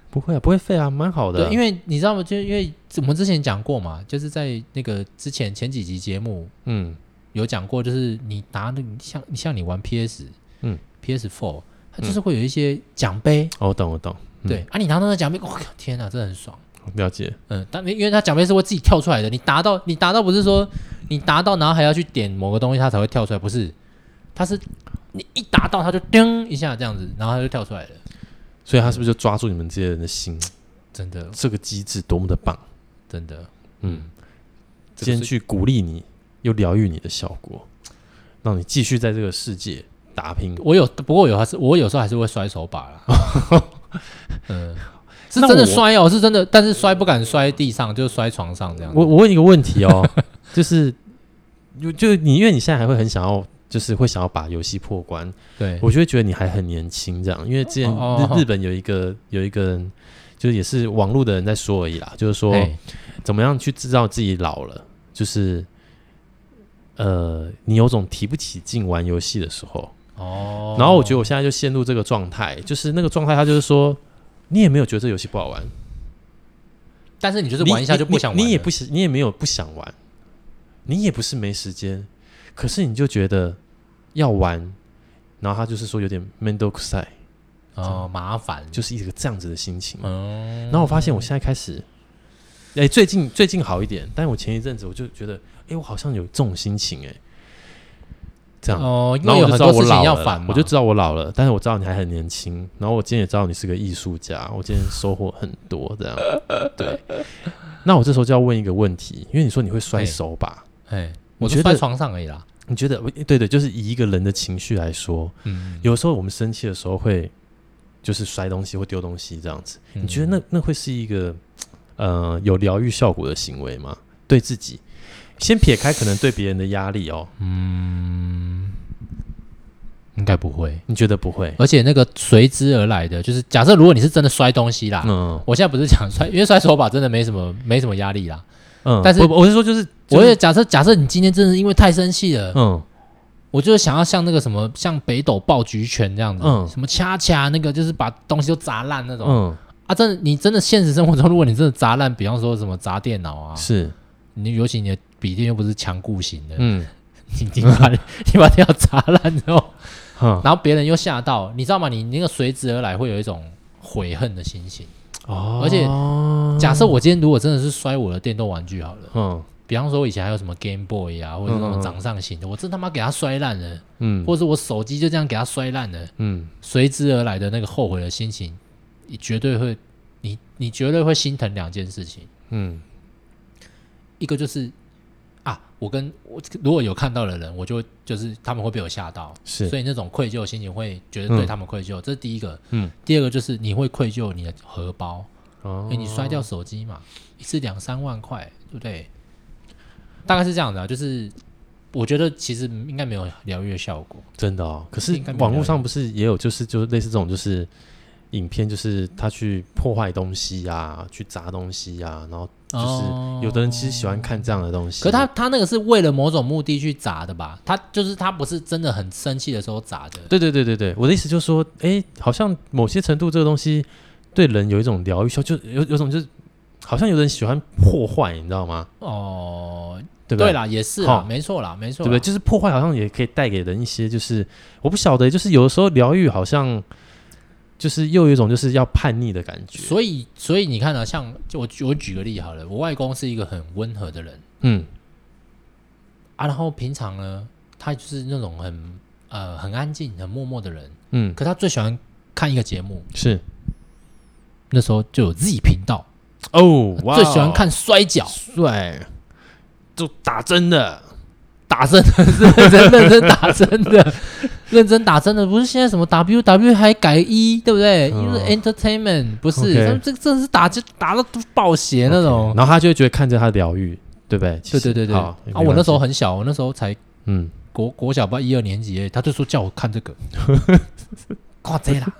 [SPEAKER 1] 不会啊，不会废啊，蛮好的啊、
[SPEAKER 2] 对，因为你知道吗？就因为我们之前讲过嘛，就是在那个之前前几集节目
[SPEAKER 1] 嗯
[SPEAKER 2] 有讲过，就是你拿那个你像你像你玩 PS，
[SPEAKER 1] 嗯
[SPEAKER 2] ，PS Four，它就是会有一些奖杯，
[SPEAKER 1] 哦我懂我懂，嗯
[SPEAKER 2] 对啊，你拿到那奖杯，我、靠，天哪，啊真的很爽。
[SPEAKER 1] 我了解，
[SPEAKER 2] 嗯，但因为它奖杯是会自己跳出来的，你达到你达到不是说你达到然后还要去点某个东西它才会跳出来，不是，它是你一达到它就噔一下这样子，然后它就跳出来了，
[SPEAKER 1] 所以他是不是就抓住你们这些人的心？
[SPEAKER 2] 真的
[SPEAKER 1] 这个机制多么的棒，
[SPEAKER 2] 真的，
[SPEAKER 1] 嗯，
[SPEAKER 2] 这个
[SPEAKER 1] 兼
[SPEAKER 2] 是
[SPEAKER 1] 具鼓励你又疗愈你的效果，让你继续在这个世界打拼。
[SPEAKER 2] 我有不过有还是我有时候还是会摔手把啦， 嗯，是
[SPEAKER 1] 那
[SPEAKER 2] 真的
[SPEAKER 1] 我
[SPEAKER 2] 摔哦，是真的，但是摔不敢摔地上，就摔床上这样子。
[SPEAKER 1] 我我问一个问题 哦，就是就就你，因为你现在还会很想要，就是会想要把游戏破关，
[SPEAKER 2] 对
[SPEAKER 1] 我就会觉得你还很年轻这样。因为之前日、
[SPEAKER 2] 哦哦哦
[SPEAKER 1] 日本有一个有一个人，就是也是网络的人在说而已啦，就是说
[SPEAKER 2] 嘿
[SPEAKER 1] 怎么样去知道自己老了，就是呃，你有种提不起劲玩游戏的时候。
[SPEAKER 2] 哦，
[SPEAKER 1] 然后我觉得我现在就陷入这个状态，就是那个状态，他就是说，你也没有觉得这游戏不好玩，
[SPEAKER 2] 但是你就是
[SPEAKER 1] 你
[SPEAKER 2] 玩一下就不想玩
[SPEAKER 1] 你，你也
[SPEAKER 2] 了
[SPEAKER 1] 不喜，你也没有不想玩，你也不是没时间，可是你就觉得要玩，然后他就是说有点 mendo s i
[SPEAKER 2] 哦麻烦，
[SPEAKER 1] 就是一个这样子的心情。
[SPEAKER 2] 嗯，
[SPEAKER 1] 然后我发现我现在开始，哎、最近最近好一点，但我前一阵子我就觉得，哎、我好像有这种心情、哎，这样。
[SPEAKER 2] 哦，因
[SPEAKER 1] 然
[SPEAKER 2] 为
[SPEAKER 1] 后
[SPEAKER 2] 有
[SPEAKER 1] 我就知
[SPEAKER 2] 很
[SPEAKER 1] 道
[SPEAKER 2] 多
[SPEAKER 1] 我
[SPEAKER 2] 事情
[SPEAKER 1] 老
[SPEAKER 2] 要
[SPEAKER 1] 了
[SPEAKER 2] 烦
[SPEAKER 1] 啦
[SPEAKER 2] 嘛，，
[SPEAKER 1] 我就知道我老了，但是我知道你还很年轻。然后我今天也知道你是个艺术家，我今天收获很多，这样对。 那我这时候就要问一个问题，因为你说你会摔
[SPEAKER 2] 嘿
[SPEAKER 1] 手把，
[SPEAKER 2] 哎，
[SPEAKER 1] 我
[SPEAKER 2] 我
[SPEAKER 1] 觉
[SPEAKER 2] 就
[SPEAKER 1] 得
[SPEAKER 2] 摔床上而已啦。
[SPEAKER 1] 你觉得对对，就是以一个人的情绪来说，
[SPEAKER 2] 嗯，
[SPEAKER 1] 有时候我们生气的时候会就是摔东西或丢东西这样子，你觉得
[SPEAKER 2] 嗯
[SPEAKER 1] 那那会是一个呃有疗愈效果的行为吗？对自己，先撇开可能对别人的压力哦，
[SPEAKER 2] 应该不会？
[SPEAKER 1] 你觉得不 会？
[SPEAKER 2] 而且那个随之而来的，就是假设如果你是真的摔东西啦，
[SPEAKER 1] 嗯
[SPEAKER 2] 我现在不是讲摔，因为摔手把真的没什么没什么压力啦。
[SPEAKER 1] 嗯，
[SPEAKER 2] 但是
[SPEAKER 1] 不不我是说就是，
[SPEAKER 2] 我
[SPEAKER 1] 也
[SPEAKER 2] 也假设假设你今天真的是因为太生气了，
[SPEAKER 1] 嗯。
[SPEAKER 2] 我就是想要像那个什么像北斗爆菊拳这样子，
[SPEAKER 1] 嗯
[SPEAKER 2] 什么掐掐那个就是把东西都砸烂那种、
[SPEAKER 1] 嗯，
[SPEAKER 2] 啊。真的，你真的现实生活中，如果你真的砸烂，比方说什么砸电脑啊，
[SPEAKER 1] 是，
[SPEAKER 2] 你尤其你的笔电又不是强固型的，
[SPEAKER 1] 嗯，
[SPEAKER 2] 你你把你把电脑砸烂之后，
[SPEAKER 1] 哈，
[SPEAKER 2] 然后别人又吓到，你知道吗？你那个随之而来会有一种悔恨的心情。
[SPEAKER 1] 哦
[SPEAKER 2] 而且假设我今天如果真的是摔我的电动玩具好了，
[SPEAKER 1] 嗯
[SPEAKER 2] 比方说我以前还有什么 Game Boy 啊，或者是那种掌上型的，我真他妈给它摔烂了，
[SPEAKER 1] 嗯
[SPEAKER 2] 或者是我手机就这样给它摔烂了，
[SPEAKER 1] 嗯，
[SPEAKER 2] 随之而来的那个后悔的心情，你绝对会，你你绝对会心疼两件事情，
[SPEAKER 1] 嗯，
[SPEAKER 2] 一个就是啊，我跟我如果有看到的人，我就就是他们会被我吓到，
[SPEAKER 1] 是，
[SPEAKER 2] 所
[SPEAKER 1] 以
[SPEAKER 2] 以那种愧疚心情会觉得对他们愧疚，这是第一个。
[SPEAKER 1] 嗯，
[SPEAKER 2] 第二个就是你会愧疚你的荷包，
[SPEAKER 1] 哦
[SPEAKER 2] 因为你摔掉手机嘛，一次两三万块，对不对？大概是这样的、啊，就是我觉得其实应该没有疗愈的效果。
[SPEAKER 1] 真的哦。可是
[SPEAKER 2] 应该没
[SPEAKER 1] 网
[SPEAKER 2] 有
[SPEAKER 1] 络
[SPEAKER 2] 人
[SPEAKER 1] 上不是也有，就是就是类似这种，就是影片，就是他去破坏东西呀，去砸东西呀，然后哦就是有的人其实喜欢看这样的东西，
[SPEAKER 2] 哦可是他他那个是为了某种目的去砸的吧？他就是他不是真的很生气的时候砸的。
[SPEAKER 1] 对对对对对，我的意思就是说，哎，好像某些程度这个东西对人有一种疗愈效，就有有种就是好像有人喜欢破坏，你知道吗？
[SPEAKER 2] 哦，
[SPEAKER 1] 对不
[SPEAKER 2] 对啦，也是啦
[SPEAKER 1] 好，
[SPEAKER 2] 没错啦，没错
[SPEAKER 1] 对不
[SPEAKER 2] 啦。
[SPEAKER 1] 对？就是破坏好像也可以带给人一些，就是我不晓得，就是有的时候疗愈好像就是又有一种就是要叛逆的感觉。
[SPEAKER 2] 所以所以你看啊，像就我举我举个例好了，我外公是一个很温和的人。
[SPEAKER 1] 嗯
[SPEAKER 2] 啊，然后平常呢，他就是那种很呃很安静、很默默的人，
[SPEAKER 1] 嗯，
[SPEAKER 2] 可他最喜欢看一个节目，
[SPEAKER 1] 是
[SPEAKER 2] 那时候就有 Z 频道，
[SPEAKER 1] 哦，哇
[SPEAKER 2] 最喜欢看摔跤，
[SPEAKER 1] 帅，就打针的，
[SPEAKER 2] 打针的， 认真认真打针的， 认真打针的，不是现在什么 W W 还改一，对不对？
[SPEAKER 1] 嗯
[SPEAKER 2] 因为 entertainment 不是，
[SPEAKER 1] OK
[SPEAKER 2] 他们这真的是打就打到爆血那种。
[SPEAKER 1] 然后他就会觉得看着他疗愈，对不对？其
[SPEAKER 2] 对
[SPEAKER 1] 实
[SPEAKER 2] 对对对，
[SPEAKER 1] 好
[SPEAKER 2] 啊，我
[SPEAKER 1] 没关
[SPEAKER 2] 那时，候
[SPEAKER 1] 系
[SPEAKER 2] 很小，我那时候才
[SPEAKER 1] 嗯，
[SPEAKER 2] 国国小吧一二年级而已，他就说叫我看这 个，挂贼啦！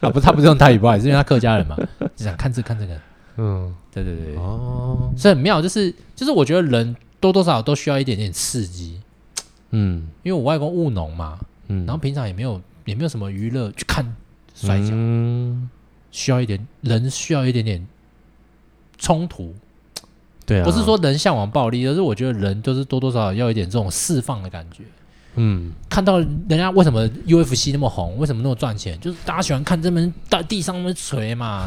[SPEAKER 2] 啊，不是他不是用台语不好意思，是因为他客家人嘛，就想看这看这个，
[SPEAKER 1] 嗯，
[SPEAKER 2] 对对对，
[SPEAKER 1] 哦，
[SPEAKER 2] 所以很妙，就是就是我觉得人多多少少都需要一点点刺激，
[SPEAKER 1] 嗯
[SPEAKER 2] 因为我外公务农嘛，
[SPEAKER 1] 嗯，
[SPEAKER 2] 然后平常也没有也没有什么娱乐，去看摔跤，
[SPEAKER 1] 嗯
[SPEAKER 2] 需要一点人需要一点点冲突，
[SPEAKER 1] 对啊，
[SPEAKER 2] 不是说人向往暴力，而是我觉得人就是多多少少要一点这种释放的感觉。
[SPEAKER 1] 嗯，
[SPEAKER 2] 看到人家为什么 UFC 那么红，为什么那么赚钱，就是大家喜欢看这边大地上那边 锤嘛，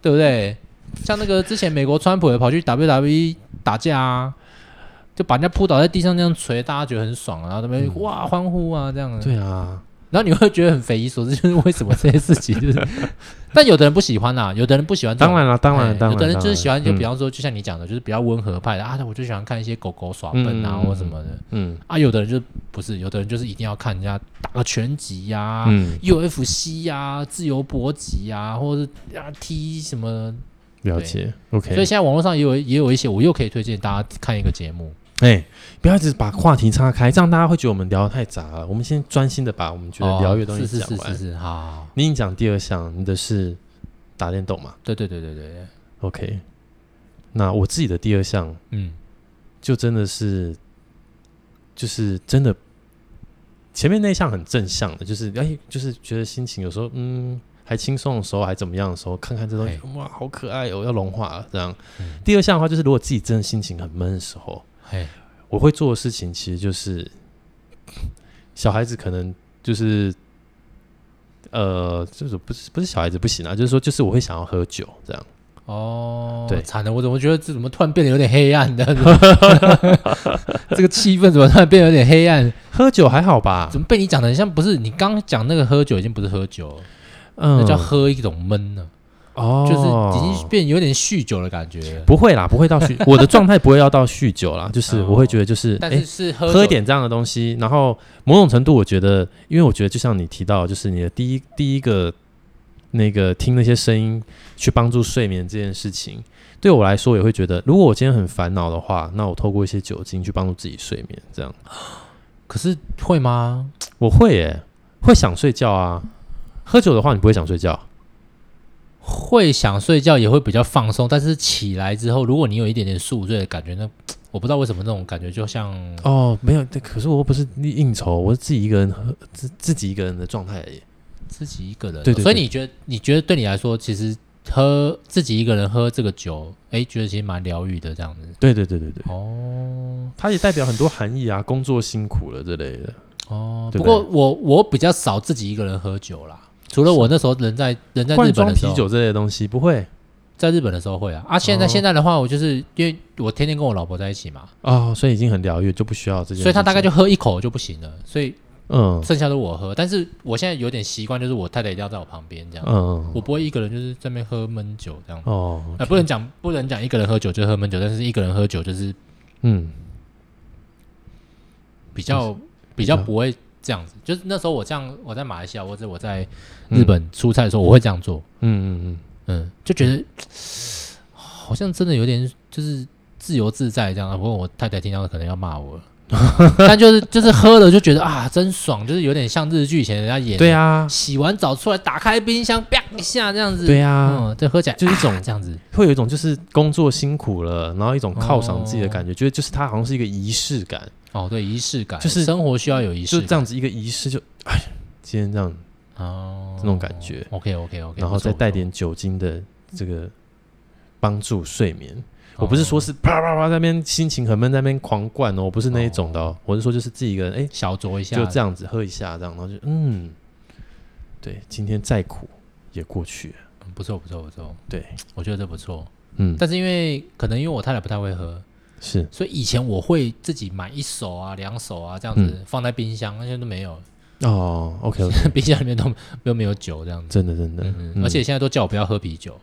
[SPEAKER 2] 对不对？像那个之前美国川普也跑去 WWE 打架啊，就把人家扑倒在地上那样锤，大家觉得很爽啊，然后那边、哇欢呼啊这样的。
[SPEAKER 1] 嗯对啊，
[SPEAKER 2] 然后你会觉得很匪夷所思， 就是为什么这些事情就是， 但有的人不喜欢啦，啊有的人不喜欢这种，
[SPEAKER 1] 当然了，当然了，
[SPEAKER 2] 哎
[SPEAKER 1] 当然，嗯
[SPEAKER 2] 有的人就是喜欢，就比
[SPEAKER 1] 较
[SPEAKER 2] 方说，就像你讲的，就是比较温和派的啊，我就喜欢看一些狗狗耍笨啊
[SPEAKER 1] 嗯
[SPEAKER 2] 或什么的
[SPEAKER 1] 嗯
[SPEAKER 2] 啊，有的人就不是，有的人就是一定要看人家打个拳击呀、
[SPEAKER 1] 嗯，
[SPEAKER 2] UFC 呀、自由搏击呀，或者是啊踢什么，
[SPEAKER 1] 了
[SPEAKER 2] 对
[SPEAKER 1] 解
[SPEAKER 2] 所以
[SPEAKER 1] ，OK，
[SPEAKER 2] 现在网络上也有也有一些，我又可以推荐大家看一个节目，
[SPEAKER 1] 哎，不要一直把话题岔开，这样大家会觉得我们聊得太杂了。我们先专心的把我们觉得
[SPEAKER 2] 哦
[SPEAKER 1] 疗愈的东西
[SPEAKER 2] 是
[SPEAKER 1] 讲
[SPEAKER 2] 是是
[SPEAKER 1] 完
[SPEAKER 2] 是。是，好好，好
[SPEAKER 1] 你已经讲第二项，你的是打电动嘛
[SPEAKER 2] 对对对对对嗯对，
[SPEAKER 1] ？OK，那我自己的第二项
[SPEAKER 2] 嗯，
[SPEAKER 1] 就真的是，就是真的，前面那一项很正向的，就是哎，就是觉得心情有时候嗯还轻松的时候，还怎么样的时候，看看这东西，哇，好可爱哦，要融化了这样。
[SPEAKER 2] 嗯
[SPEAKER 1] 第二项的话，就是如果自己真的心情很闷的时候，
[SPEAKER 2] 嘿，
[SPEAKER 1] 我会做的事情其实就是，小孩子可能就是，呃，就是不是不是小孩子不行啊，就是说就是我会想要喝酒这样，
[SPEAKER 2] 哦，
[SPEAKER 1] 对
[SPEAKER 2] 惨了，我怎么觉得这怎么突然变得有点黑暗的？ 这个气氛怎么突然变得有点黑暗？
[SPEAKER 1] 喝酒还好吧？
[SPEAKER 2] 怎么被你讲的很像不是？你刚刚讲那个喝酒已经不是喝酒了，
[SPEAKER 1] 嗯
[SPEAKER 2] 那叫喝一种闷了，
[SPEAKER 1] 哦，
[SPEAKER 2] 就是已经变有点酗酒的感觉了。
[SPEAKER 1] 不会啦，不会到酗， 我的状态不会要到酗酒啦，就是
[SPEAKER 2] 哦
[SPEAKER 1] 我会觉得就是，
[SPEAKER 2] 但
[SPEAKER 1] 诶
[SPEAKER 2] 是是喝
[SPEAKER 1] 喝一
[SPEAKER 2] 酒
[SPEAKER 1] 点这样的东西，然后某种程度，我觉得，因为我觉得就像你提到，就是你的第一第一个那个听那些声音去帮助睡眠这件事情，对我来说也会觉得，如果我今天很烦恼的话，那我透过一些酒精去帮助自己睡眠，这样
[SPEAKER 2] 可是会吗？
[SPEAKER 1] 我会耶、会想睡觉啊。喝酒的话，你不会想睡觉，啊
[SPEAKER 2] 会想睡觉，也会比较放松，但是起来之后，如果你有一点点宿醉的感觉，那我不知道为什么那种感觉就像
[SPEAKER 1] 哦，没有，对可是我又不是应酬，我是自己一个人喝，自自己一个人的状态而已。
[SPEAKER 2] 自己一个人。
[SPEAKER 1] 对对对
[SPEAKER 2] 所以你觉得你觉得对你来说，其实喝自己一个人喝这个酒，哎，觉得其实蛮疗愈的这样子。
[SPEAKER 1] 对对对对对，
[SPEAKER 2] 哦
[SPEAKER 1] 它也代表很多含义啊，工作辛苦了之类的。
[SPEAKER 2] 哦，
[SPEAKER 1] 对不
[SPEAKER 2] 不过我我比较少自己一个人喝酒啦，除了我那时候人在人在
[SPEAKER 1] 罐
[SPEAKER 2] 日本
[SPEAKER 1] 装
[SPEAKER 2] 的时
[SPEAKER 1] 啤
[SPEAKER 2] 候，
[SPEAKER 1] 酒这类的东西不会
[SPEAKER 2] 在日本的时候会啊啊！现在、
[SPEAKER 1] 哦
[SPEAKER 2] 现在的话，我就是因为我天天跟我老婆在一起嘛，
[SPEAKER 1] 哦，所以已经很疗愈，就不需要这些。
[SPEAKER 2] 所以她大概就喝一口就不行了，所以
[SPEAKER 1] 嗯
[SPEAKER 2] 剩下都我喝。但是我现在有点习惯，就是我太太一定要在我旁边这样，
[SPEAKER 1] 嗯
[SPEAKER 2] 我不会一个人就是在那边喝闷酒这样。啊、
[SPEAKER 1] 哦
[SPEAKER 2] 不能讲不能讲一个人喝酒就喝闷酒，但是一个人喝酒就是
[SPEAKER 1] 嗯
[SPEAKER 2] 比较比
[SPEAKER 1] 较
[SPEAKER 2] 较不会这样子。就是那时候我这样，我在马来西亚或者我在日本出差的时候，我会这样做。
[SPEAKER 1] 嗯嗯
[SPEAKER 2] 嗯，就觉得好像真的有点就是自由自在这样。不过我太太听到可能要骂 我了，但就是就是喝了就觉得啊，真爽，就是有点像日剧以前人家演。
[SPEAKER 1] 嗯，对，啊
[SPEAKER 2] 洗完澡出来打开冰箱，啪一下这样子。
[SPEAKER 1] 对啊，
[SPEAKER 2] 嗯，这喝起来
[SPEAKER 1] 就是一
[SPEAKER 2] 啊
[SPEAKER 1] 种
[SPEAKER 2] 这样子。
[SPEAKER 1] 会有一种就是工作辛苦了，然后一种犒赏自己的感觉，觉得就是它好像是一个仪式感，
[SPEAKER 2] 哦，对，仪式感，
[SPEAKER 1] 就是
[SPEAKER 2] 生活需要有仪式
[SPEAKER 1] 就
[SPEAKER 2] 感。
[SPEAKER 1] 这样子一个仪式就哎，今天这样，
[SPEAKER 2] 哦，
[SPEAKER 1] 这种感觉
[SPEAKER 2] OK OK OK，
[SPEAKER 1] 然后再带点酒精的这个帮助睡眠。我
[SPEAKER 2] 哦
[SPEAKER 1] 不是说是啪啪啪在那边心情很闷在那边狂灌哦，我不是那一种的哦，我是说就是自己一个人哎
[SPEAKER 2] 小酌一下，
[SPEAKER 1] 就这样子喝一下，这样，然后就嗯，对，今天再苦也过去了，
[SPEAKER 2] 嗯，不错不错不错，
[SPEAKER 1] 对，
[SPEAKER 2] 我觉得这不错。
[SPEAKER 1] 嗯，
[SPEAKER 2] 但是因为可能因为我太太不太会喝，
[SPEAKER 1] 是，
[SPEAKER 2] 所以以前我会自己买一手啊、两手啊这样子
[SPEAKER 1] 嗯
[SPEAKER 2] 放在冰箱，那些都没有，
[SPEAKER 1] 哦，OK，, o k
[SPEAKER 2] 冰箱里面都都没有酒这样子。
[SPEAKER 1] 真的真的，
[SPEAKER 2] 嗯
[SPEAKER 1] 嗯
[SPEAKER 2] 嗯，而且现在都叫我不要喝啤酒。
[SPEAKER 1] 啊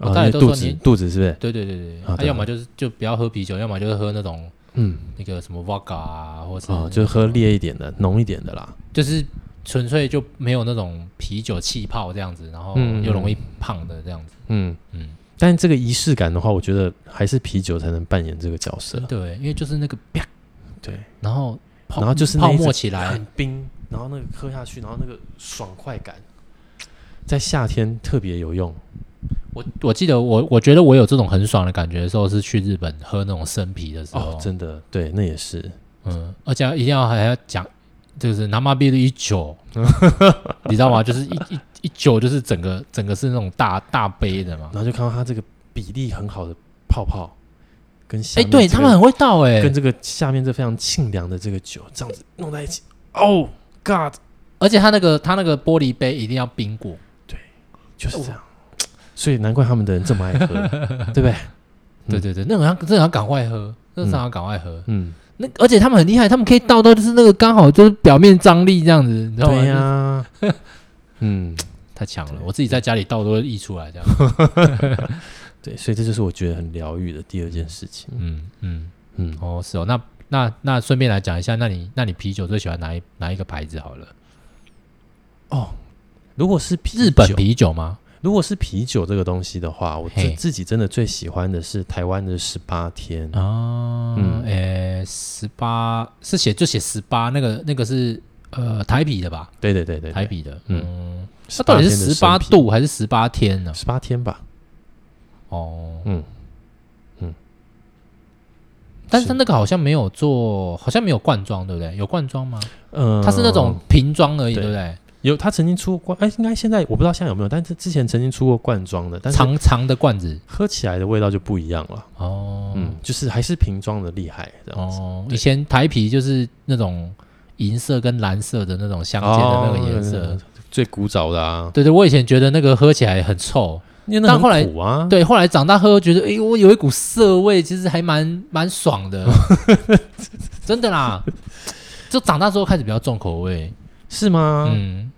[SPEAKER 2] 我大
[SPEAKER 1] 因
[SPEAKER 2] 概
[SPEAKER 1] 为
[SPEAKER 2] 都
[SPEAKER 1] 肚
[SPEAKER 2] 说
[SPEAKER 1] 子
[SPEAKER 2] 你
[SPEAKER 1] 肚子是不是？
[SPEAKER 2] 对对对对，
[SPEAKER 1] 啊
[SPEAKER 2] 啊
[SPEAKER 1] 对啊
[SPEAKER 2] 要么就是就不要喝啤酒，要么就是喝那种
[SPEAKER 1] 嗯，
[SPEAKER 2] 那个什么 vodka 啊，或是
[SPEAKER 1] 哦，就喝烈一点的、浓一点的啦，
[SPEAKER 2] 就是纯粹就没有那种啤酒气泡这样子，然后
[SPEAKER 1] 嗯
[SPEAKER 2] 又容易胖的这样子。
[SPEAKER 1] 嗯嗯
[SPEAKER 2] 嗯。
[SPEAKER 1] 但这个仪式感的话，我觉得还是啤酒才能扮演这个角色
[SPEAKER 2] 真，的耶，因为就是那个啪，
[SPEAKER 1] 对，
[SPEAKER 2] 然后泡
[SPEAKER 1] 啊然后就是那
[SPEAKER 2] 泡
[SPEAKER 1] 一种
[SPEAKER 2] 沫起来
[SPEAKER 1] 很，冰，然后那个喝下去，然后那个爽快感，在夏天特别有用。
[SPEAKER 2] 我我记得我我觉得我有这种很爽的感觉的时候，是去日本
[SPEAKER 1] 哦
[SPEAKER 2] 喝那种生啤的时候，
[SPEAKER 1] 哦，真的，对，那也是，
[SPEAKER 2] 嗯，而且一定要还要讲就是拿马比的 一酒，你知道吗？就是一一一酒，就是整个整个是那种大大杯的嘛。
[SPEAKER 1] 然后就看到它这个比例很好的泡泡跟下
[SPEAKER 2] 哎、
[SPEAKER 1] 面
[SPEAKER 2] 对
[SPEAKER 1] 这
[SPEAKER 2] 他
[SPEAKER 1] 个
[SPEAKER 2] 们很会倒哎、
[SPEAKER 1] 跟这个下面这非常清凉的这个酒这样子弄在一起，Oh God，
[SPEAKER 2] 而且他那个他那个玻璃杯一定要冰过，
[SPEAKER 1] 就是这样，所以难怪他们的人这么爱喝，对不 对？
[SPEAKER 2] 对对对，那个要那个要赶快喝，那个要赶快喝。
[SPEAKER 1] 嗯，
[SPEAKER 2] 那而且他们很厉害，他们可以倒到就是那个刚好就是表面张力这样子，你知道吗？
[SPEAKER 1] 对呀、 嗯，
[SPEAKER 2] 太强了，我自己在家里倒都会溢出来这样。
[SPEAKER 1] 对，所以这就是我觉得很疗愈的第二件事情。
[SPEAKER 2] 嗯嗯，
[SPEAKER 1] 嗯，
[SPEAKER 2] 哦是哦，那那那顺便来讲一下，那你那你啤酒最喜欢哪一哪一个牌子好了？
[SPEAKER 1] 如果是啤
[SPEAKER 2] 日本
[SPEAKER 1] 酒
[SPEAKER 2] 啤酒吗？
[SPEAKER 1] 如果是啤酒这个东西的话，我自
[SPEAKER 2] 嘿
[SPEAKER 1] 自己真的最喜欢的是台湾的十八天，
[SPEAKER 2] 哦，
[SPEAKER 1] 嗯
[SPEAKER 2] 诶、十八是写就写十八，那个那个是呃台啤的吧？
[SPEAKER 1] 对对对对，
[SPEAKER 2] 台啤的，
[SPEAKER 1] 嗯
[SPEAKER 2] 嗯，那到底是十八度啊还是十八天呢、
[SPEAKER 1] 十八天吧？
[SPEAKER 2] 哦，
[SPEAKER 1] 嗯嗯，
[SPEAKER 2] 但是它那个好像没有做，好像没有罐装，对不对？有罐装吗？
[SPEAKER 1] 嗯，
[SPEAKER 2] 它是那种瓶装而已，
[SPEAKER 1] 对
[SPEAKER 2] 对不对？
[SPEAKER 1] 有他曾经出过罐，哎，应该现在我不知道现在有没有，但是之前曾经出过罐装的，但是
[SPEAKER 2] 长长的罐子。
[SPEAKER 1] 喝起来的味道就不一样了。
[SPEAKER 2] 哦，
[SPEAKER 1] 嗯，就是还是瓶装的厉害这样子。
[SPEAKER 2] 哦，
[SPEAKER 1] 对
[SPEAKER 2] 以前台啤就是那种银色跟蓝色的那种相间的那个颜色。
[SPEAKER 1] 哦最古早的啊，
[SPEAKER 2] 对对，我以前觉得那个喝起来很臭，
[SPEAKER 1] 因为那
[SPEAKER 2] 但
[SPEAKER 1] 很
[SPEAKER 2] 后来
[SPEAKER 1] 苦啊，
[SPEAKER 2] 对，后来长大喝觉得，哎，我有一股涩味，其实还蛮蛮爽的， 真的啦。就长大之后开始比较重口味，
[SPEAKER 1] 是吗？
[SPEAKER 2] 嗯，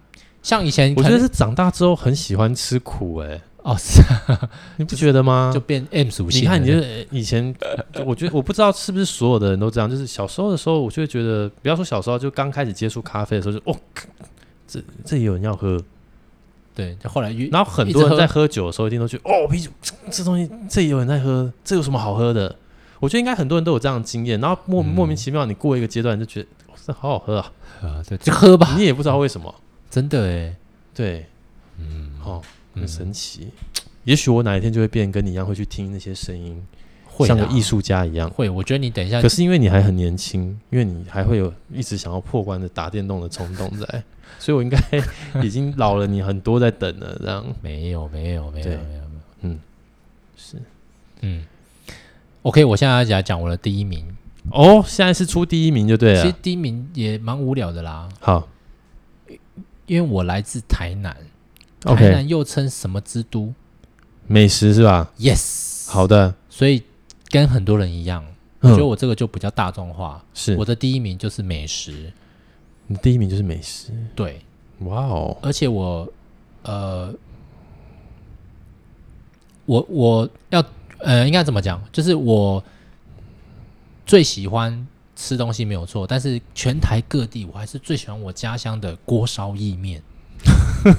[SPEAKER 2] 像以前
[SPEAKER 1] 我
[SPEAKER 2] 可
[SPEAKER 1] 觉得
[SPEAKER 2] 能
[SPEAKER 1] 是长大之后很喜欢吃苦，哎，
[SPEAKER 2] 哦，是啊
[SPEAKER 1] 你不觉得吗？
[SPEAKER 2] 就变 M 属性
[SPEAKER 1] 嗯你
[SPEAKER 2] 了。
[SPEAKER 1] 看，你就是以前，我觉得我不知道是不是所有的人都这样，就是小时候的时候，我就会觉得，不要说小时候，就刚开始接触咖啡的时候就，哦，这这也有人要喝，
[SPEAKER 2] 对，就后来越
[SPEAKER 1] 然后很多人在喝酒的时候，一定都觉得，哦，啤酒这这东西，这也有人在喝，这有什么好喝的？我觉得应该很多人都有这样的经验，然后莫、莫名其妙，你过一个阶段你就觉得、哦这好好喝啊，
[SPEAKER 2] 呃，对，就喝吧，
[SPEAKER 1] 你也不知道为什么，
[SPEAKER 2] 真的哎，
[SPEAKER 1] 对，嗯，哦，很神奇。也许我哪一天就会变跟你一样，会去听那些声音，
[SPEAKER 2] 会
[SPEAKER 1] 像个
[SPEAKER 2] 啦
[SPEAKER 1] 艺术家一样。
[SPEAKER 2] 会，我觉得你等一下
[SPEAKER 1] 可是因为你还很年轻，因为你还会有一直想要破关的打电动的冲动在， 所以我应该已经老了你很多在等了，这样
[SPEAKER 2] 没有没有没有没
[SPEAKER 1] 对
[SPEAKER 2] 有没有，
[SPEAKER 1] 是
[SPEAKER 2] 嗯，OK，我现在要讲我的第一名，
[SPEAKER 1] 哦，现在是出第一名就对啊
[SPEAKER 2] 其实
[SPEAKER 1] 了。
[SPEAKER 2] 第一名也蛮无聊的啦，
[SPEAKER 1] 好
[SPEAKER 2] 因为我来自台南，台
[SPEAKER 1] ，OK，
[SPEAKER 2] 南又称什么之都
[SPEAKER 1] 美食是吧？
[SPEAKER 2] ？Yes，
[SPEAKER 1] 好，的，
[SPEAKER 2] 所以跟很多人一样，我觉得
[SPEAKER 1] 嗯，
[SPEAKER 2] 我这个就比较大众化，
[SPEAKER 1] 是
[SPEAKER 2] 我的第一名就是美食，
[SPEAKER 1] 你第一名就是美食，
[SPEAKER 2] 对，
[SPEAKER 1] 哇哦，
[SPEAKER 2] 而且我呃，我我要呃，应该怎么讲？就是我最喜欢吃东西没有错，但是全台各地我还是最喜欢我家乡的锅烧意面。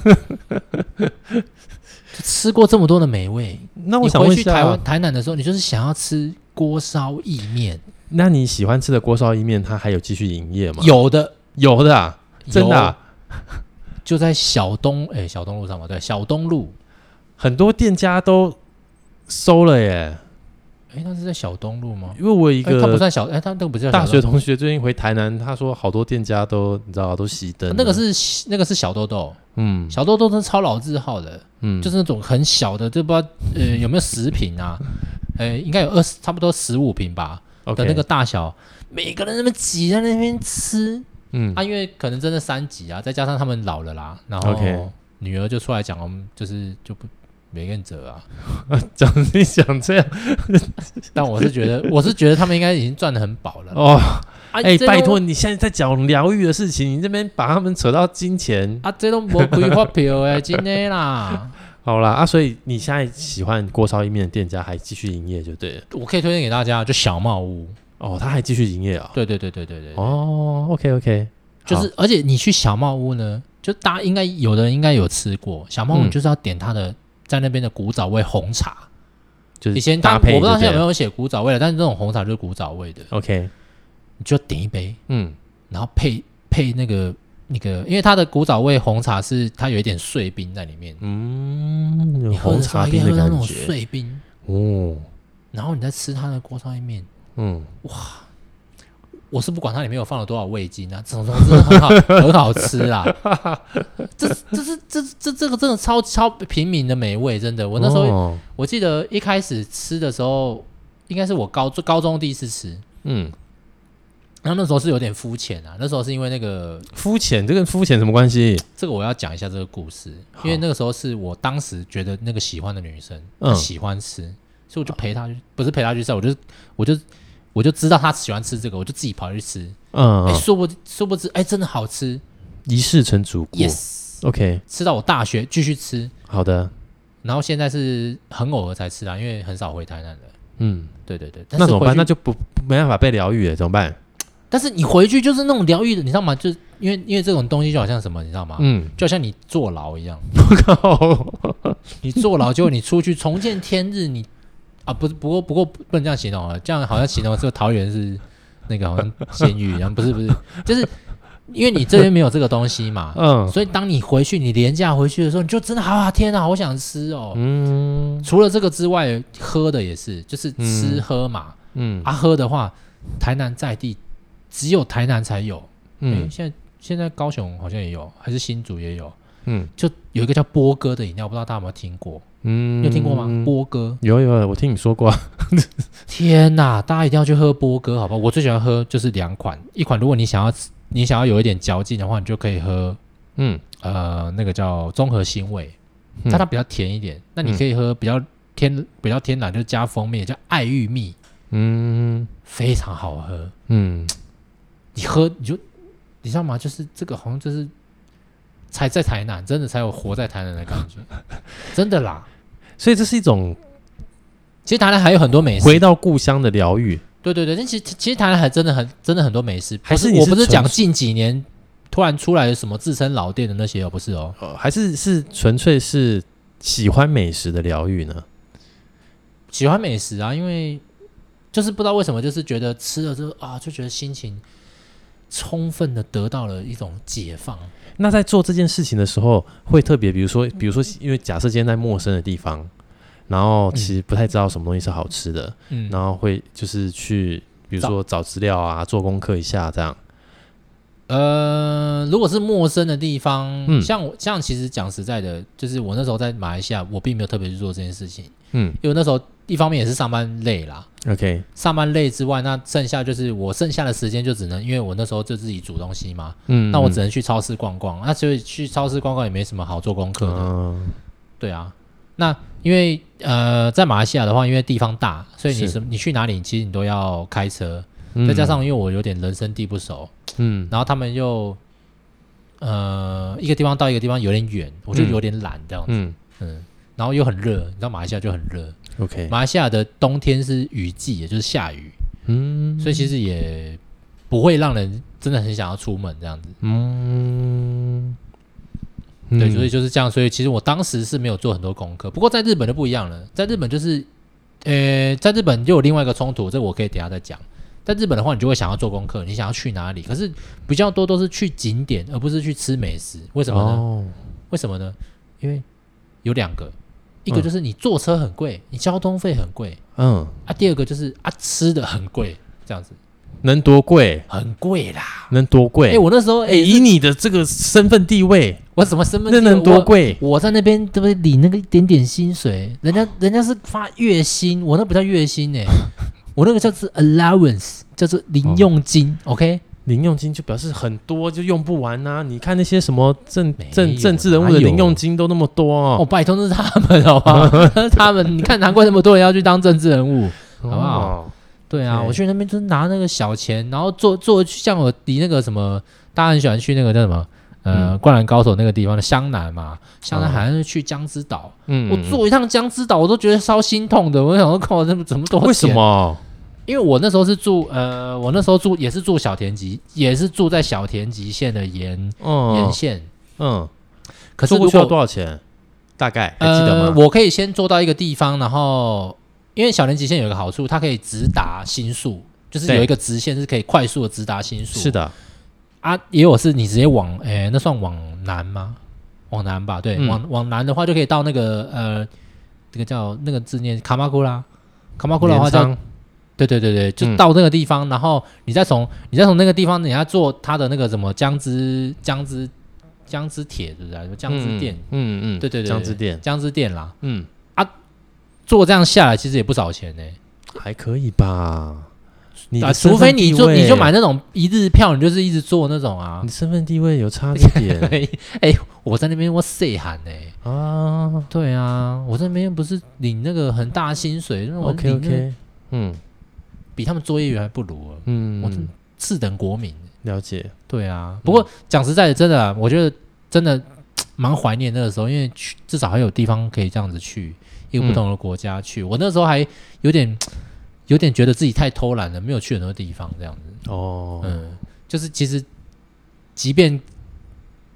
[SPEAKER 2] 就吃过这么多的美味，
[SPEAKER 1] 那我
[SPEAKER 2] 你
[SPEAKER 1] 想
[SPEAKER 2] 回
[SPEAKER 1] 问一
[SPEAKER 2] 去台
[SPEAKER 1] 下啊
[SPEAKER 2] 湾，台南的时候，你就是想要吃锅烧意面，
[SPEAKER 1] 那你喜欢吃的锅烧意面，它还有继续营业吗？
[SPEAKER 2] 有的
[SPEAKER 1] 有的啊， 真的啊，
[SPEAKER 2] 就在小东哎、小东路上嘛，对，小东路
[SPEAKER 1] 很多店家都收了耶，
[SPEAKER 2] 哎、那是在小东路吗？
[SPEAKER 1] 因为我有一
[SPEAKER 2] 哎，它不
[SPEAKER 1] 个
[SPEAKER 2] 算小，哎、它那个不叫小
[SPEAKER 1] 大
[SPEAKER 2] 豆
[SPEAKER 1] 学同学最近回台南，他说好多店家都你知道都熄灯了、
[SPEAKER 2] 啊那个是那个是小豆豆，
[SPEAKER 1] 嗯
[SPEAKER 2] 小豆豆是超老字号的，
[SPEAKER 1] 嗯，
[SPEAKER 2] 就是那种很小的，就不知道呃有没有十瓶啊，呃应该有二十，差不多十五瓶吧
[SPEAKER 1] OK
[SPEAKER 2] 的那个大小，每个人那么挤在那边吃
[SPEAKER 1] 嗯
[SPEAKER 2] 啊，因为可能真的三级啊，再加上他们老了啦，然后
[SPEAKER 1] OK
[SPEAKER 2] 女儿就出来讲，我们就是就不没认责啊，
[SPEAKER 1] 讲你讲这样
[SPEAKER 2] 但我是觉得我是觉得他们应该已经赚的很饱了，
[SPEAKER 1] 哦，
[SPEAKER 2] 哎
[SPEAKER 1] 哎、拜托你现在在讲疗愈的事情，你这边把他们扯到金钱，
[SPEAKER 2] 啊，这都没规划票哎，真的啦。
[SPEAKER 1] 好啦啊，所以你现在喜欢锅烧意面的店家还继续营业就对了，
[SPEAKER 2] 我可以推荐给大家，就小茂屋。
[SPEAKER 1] 哦，他还继续营业啊、
[SPEAKER 2] 对对对对对对，
[SPEAKER 1] 哦，OK OK，
[SPEAKER 2] 就是而且你去小茂屋呢，就大家应该有的人应该有吃过小茂屋，
[SPEAKER 1] 嗯
[SPEAKER 2] 就是要点它的在那边的古早味红茶。
[SPEAKER 1] 就是
[SPEAKER 2] 以前它
[SPEAKER 1] 搭
[SPEAKER 2] 我
[SPEAKER 1] 配
[SPEAKER 2] 不知道
[SPEAKER 1] 就
[SPEAKER 2] 现在有
[SPEAKER 1] 对
[SPEAKER 2] 没
[SPEAKER 1] 了
[SPEAKER 2] 有写古早味了，但是这种红茶就是古早味的，
[SPEAKER 1] OK，
[SPEAKER 2] 你就点一杯，
[SPEAKER 1] 嗯
[SPEAKER 2] 然后配配那个那个，因为它的古早味红茶是它有一点碎冰在里面，
[SPEAKER 1] 嗯，有
[SPEAKER 2] 你喝
[SPEAKER 1] 红
[SPEAKER 2] 的时候
[SPEAKER 1] 茶
[SPEAKER 2] 还可以
[SPEAKER 1] 冰
[SPEAKER 2] 喝
[SPEAKER 1] 的
[SPEAKER 2] 到那
[SPEAKER 1] 感
[SPEAKER 2] 种
[SPEAKER 1] 觉，
[SPEAKER 2] 碎冰，
[SPEAKER 1] 哦，
[SPEAKER 2] 然后你再吃它的锅烧意面，
[SPEAKER 1] 嗯，
[SPEAKER 2] 我是不管它里面有放了多少味精啊，总总之很好很好吃 啦。这这是这这这个真的超超平民的美味，真的。我那时候、
[SPEAKER 1] 哦
[SPEAKER 2] 我记得一开始吃的时候，应该是我高高中第一次吃，
[SPEAKER 1] 嗯，
[SPEAKER 2] 然后那时候是有点肤浅啊，那时候是因为那个
[SPEAKER 1] 肤浅，这跟肤浅什么关系？
[SPEAKER 2] 这个我要讲一下这个故事，
[SPEAKER 1] 好
[SPEAKER 2] 因为那个时候是我当时觉得那个喜欢的女生，
[SPEAKER 1] 嗯
[SPEAKER 2] 她喜欢吃，所以我就陪她去，不是陪她去吃，我就我就我就知道她喜欢吃这个，我就自己跑去吃，
[SPEAKER 1] 嗯，
[SPEAKER 2] 哎、
[SPEAKER 1] 嗯
[SPEAKER 2] 殊不殊不知，哎、真的好吃
[SPEAKER 1] 一世成主顾。
[SPEAKER 2] ，yes，
[SPEAKER 1] OK，
[SPEAKER 2] 吃到我大学继续吃，
[SPEAKER 1] 好的，
[SPEAKER 2] 然后现在是很偶尔才吃啊啦，因为很少回台南了。
[SPEAKER 1] 嗯，
[SPEAKER 2] 对对对，但是
[SPEAKER 1] 那怎么
[SPEAKER 2] 回
[SPEAKER 1] 办？
[SPEAKER 2] 去
[SPEAKER 1] 那就不不没办法被疗愈了，怎么办？
[SPEAKER 2] 但是你回去就是那种疗愈的，你知道吗？就是因为因为这种东西就好像什么，你知道吗？
[SPEAKER 1] 嗯，
[SPEAKER 2] 就好像你坐牢一样，
[SPEAKER 1] 我靠，
[SPEAKER 2] 你坐牢，结果你出去重见天日，你啊，不是，不过不过不能这样形容啊，这样好像形容这个桃园是那个好像监狱一样，不是不是，就是因为你这边没有这个东西嘛，
[SPEAKER 1] 嗯
[SPEAKER 2] 所以当你回去，你廉价回去的时候，你就真的啊，天啊，好想吃哦。
[SPEAKER 1] 嗯
[SPEAKER 2] 除了这个之外，喝的也是，就是吃
[SPEAKER 1] 嗯
[SPEAKER 2] 喝嘛。
[SPEAKER 1] 嗯
[SPEAKER 2] 啊，喝的话，台南在地只有台南才有，嗯，
[SPEAKER 1] 嗯
[SPEAKER 2] 现在现在高雄好像也有，还是新竹也有，
[SPEAKER 1] 嗯
[SPEAKER 2] 就有一个叫波哥的饮料，不知道大家有没有听过？
[SPEAKER 1] 嗯，
[SPEAKER 2] 你有听过吗？波哥，
[SPEAKER 1] 有有有，我听你说过啊。
[SPEAKER 2] 天呐，大家一定要去喝波哥，好不好？我最喜欢喝就是两款，一款如果你想要你想要有一点嚼劲的话，你就可以喝
[SPEAKER 1] 嗯
[SPEAKER 2] 呃那个叫综合新味，
[SPEAKER 1] 嗯
[SPEAKER 2] 但它比较甜一点。那你可以喝比较天比较天然，就加蜂蜜，叫爱玉蜜，
[SPEAKER 1] 嗯
[SPEAKER 2] 非常好喝。
[SPEAKER 1] 嗯，
[SPEAKER 2] 你喝你就你知道吗？就是这个好像就是才在台南，真的才有活在台南的感 觉，真的啦。
[SPEAKER 1] 所以这是一种
[SPEAKER 2] 其实台南还有很多美食，
[SPEAKER 1] 回到故乡的疗愈。
[SPEAKER 2] 对对对，但其实其实台南还真的很真的很多美食，不
[SPEAKER 1] 还是你
[SPEAKER 2] 我
[SPEAKER 1] 是
[SPEAKER 2] 不是
[SPEAKER 1] 纯
[SPEAKER 2] 讲近几年突然出来的什么自称老店的那些哦，不是哦，
[SPEAKER 1] 呃，还是是纯粹是喜欢美食的疗愈呢？
[SPEAKER 2] 喜欢美食啊，因为就是不知道为什么，就是觉得吃了之后啊，就觉得心情充分的得到了一种解放。
[SPEAKER 1] 那在做这件事情的时候，会特别，比如说，比如说，因为假设今天在陌生的地方，然后其实不太知道什么东西是好吃的，
[SPEAKER 2] 嗯
[SPEAKER 1] 然后会就是去，比如说找资料啊，做功课一下这样。
[SPEAKER 2] 呃，如果是陌生的地方，
[SPEAKER 1] 嗯
[SPEAKER 2] 像我像其实讲实在的，就是我那时候在马来西亚，我并没有特别去做这件事情，
[SPEAKER 1] 嗯
[SPEAKER 2] 因为那时候一方面也是上班累啦，
[SPEAKER 1] ，OK，
[SPEAKER 2] 上班累之外，那剩下就是我剩下的时间就只能，因为我那时候就自己煮东西嘛，
[SPEAKER 1] 嗯，
[SPEAKER 2] 那我只能去超市逛逛，啊那所以去超市逛逛也没什么好做功课的，
[SPEAKER 1] 嗯
[SPEAKER 2] 对啊。那因为呃，在马来西亚的话，因为地方大，所以你
[SPEAKER 1] 是
[SPEAKER 2] 什么你去哪里，其实你都要开车，
[SPEAKER 1] 嗯
[SPEAKER 2] 再加上因为我有点人生地不熟，
[SPEAKER 1] 嗯
[SPEAKER 2] 然后他们又呃一个地方到一个地方有点远，我就有点懒这样子，
[SPEAKER 1] 嗯
[SPEAKER 2] 嗯然后又很热，你知道马来西亚就很热，
[SPEAKER 1] ，OK，
[SPEAKER 2] 马来西亚的冬天是雨季，也就是下雨，
[SPEAKER 1] 嗯
[SPEAKER 2] 所以其实也不会让人真的很想要出门这样子，
[SPEAKER 1] 嗯，
[SPEAKER 2] 对，
[SPEAKER 1] 嗯
[SPEAKER 2] 所以就是这样，所以其实我当时是没有做很多功课，不过在日本就不一样了，在日本就是，呃，在日本就有另外一个冲突，这我可以等一下再讲。在日本的话，你就会想要做功课，你想要去哪里？可是比较多都是去景点，而不是去吃美食。为什么呢？
[SPEAKER 1] 哦，
[SPEAKER 2] 为什么呢？因为有两个，一个就是你坐车很贵，你交通费很贵
[SPEAKER 1] 嗯，
[SPEAKER 2] 啊；第二个就是啊吃的很贵，这样子
[SPEAKER 1] 能多贵？
[SPEAKER 2] 很贵啦。
[SPEAKER 1] 能多贵？
[SPEAKER 2] 哎、我那时候哎、
[SPEAKER 1] 哎、以你的这个身份地位，
[SPEAKER 2] 我什么身份
[SPEAKER 1] 那
[SPEAKER 2] 证
[SPEAKER 1] 能多？贵？
[SPEAKER 2] 我我在那边对不对？领那个一点点薪水，人家人家是发月薪，我那不叫月薪呢、欸我那个叫做 allowance，叫做零用金。OK，
[SPEAKER 1] 哦零用金就表示很多，就用不完呐、你看那些什么政
[SPEAKER 2] 没有
[SPEAKER 1] 政政治人物的零用金都那么多
[SPEAKER 2] 哦，
[SPEAKER 1] 哦，
[SPEAKER 2] 拜托，那是他们好 不好？那是他们，你看难怪那么多人要去当政治人物。
[SPEAKER 1] 好
[SPEAKER 2] 不好？对啊，
[SPEAKER 1] 对
[SPEAKER 2] 我去那边就是拿那个小钱，然后坐坐去像我离那个什么，大家很喜欢去那个叫什么，呃，灌篮高手那个地方的湘南嘛，湘南
[SPEAKER 1] 嗯
[SPEAKER 2] 海岸就去江之岛，
[SPEAKER 1] 嗯
[SPEAKER 2] 我坐一趟江之岛我都觉得超心痛的，我想说靠，这么怎么多钱
[SPEAKER 1] 为什？么？
[SPEAKER 2] 因为我那时候是住呃，我那时候住也是住小田急，也是住在小田急线的沿、沿
[SPEAKER 1] 嗯
[SPEAKER 2] 线，
[SPEAKER 1] 嗯，
[SPEAKER 2] 可是
[SPEAKER 1] 坐
[SPEAKER 2] 如
[SPEAKER 1] 过去要
[SPEAKER 2] 果
[SPEAKER 1] 多少钱？大概还记得
[SPEAKER 2] 呃，
[SPEAKER 1] 吗？
[SPEAKER 2] 我可以先坐到一个地方，然后因为小田急线有一个好处，它可以直达新宿。就是
[SPEAKER 1] 对
[SPEAKER 2] 有一个直线是可以快速的直达新宿，
[SPEAKER 1] 是的，
[SPEAKER 2] 啊，也有是你直接往，诶、那算往南吗？往南吧，对，
[SPEAKER 1] 嗯
[SPEAKER 2] 往往南的话就可以到那个呃，这个叫那个字念卡马库拉，卡马库拉的话
[SPEAKER 1] 镰
[SPEAKER 2] 叫
[SPEAKER 1] 仓
[SPEAKER 2] 对对对对，就
[SPEAKER 1] 嗯
[SPEAKER 2] 到那个地方，然后你再从你再从那个地方，你要坐他的那个什么江之江之江之铁，对不对？江之电，，
[SPEAKER 1] 嗯嗯，
[SPEAKER 2] 对对对，
[SPEAKER 1] 江之店，
[SPEAKER 2] 江之电啦，
[SPEAKER 1] 嗯，
[SPEAKER 2] 坐这样下来其实也不少钱呢、
[SPEAKER 1] 还可以吧？你
[SPEAKER 2] 啊，
[SPEAKER 1] 的身
[SPEAKER 2] 除
[SPEAKER 1] 份
[SPEAKER 2] 非你
[SPEAKER 1] 地
[SPEAKER 2] 就
[SPEAKER 1] 位
[SPEAKER 2] 你就买那种一日票，你就是一直坐那种啊
[SPEAKER 1] 你。身份地位有差这点
[SPEAKER 2] 哎、哎我在那边我塞喊呢、
[SPEAKER 1] 啊
[SPEAKER 2] 对啊，我在那边不是领那个很大薪水，那我
[SPEAKER 1] ？OK
[SPEAKER 2] 领那个
[SPEAKER 1] OK，嗯
[SPEAKER 2] 比他们作业员还不如、啊，我
[SPEAKER 1] 嗯，
[SPEAKER 2] 次等国民。
[SPEAKER 1] 了解，
[SPEAKER 2] 对啊，
[SPEAKER 1] 嗯
[SPEAKER 2] 不过讲实在的，真的啊、我觉得真的蛮怀念那个时候，因为去至少还有地方可以这样子去一个不同的国家
[SPEAKER 1] 嗯
[SPEAKER 2] 去。我那时候还有点有点觉得自己太偷懒了，没有去很多地方这样子。
[SPEAKER 1] 哦，
[SPEAKER 2] 嗯，就是其实即便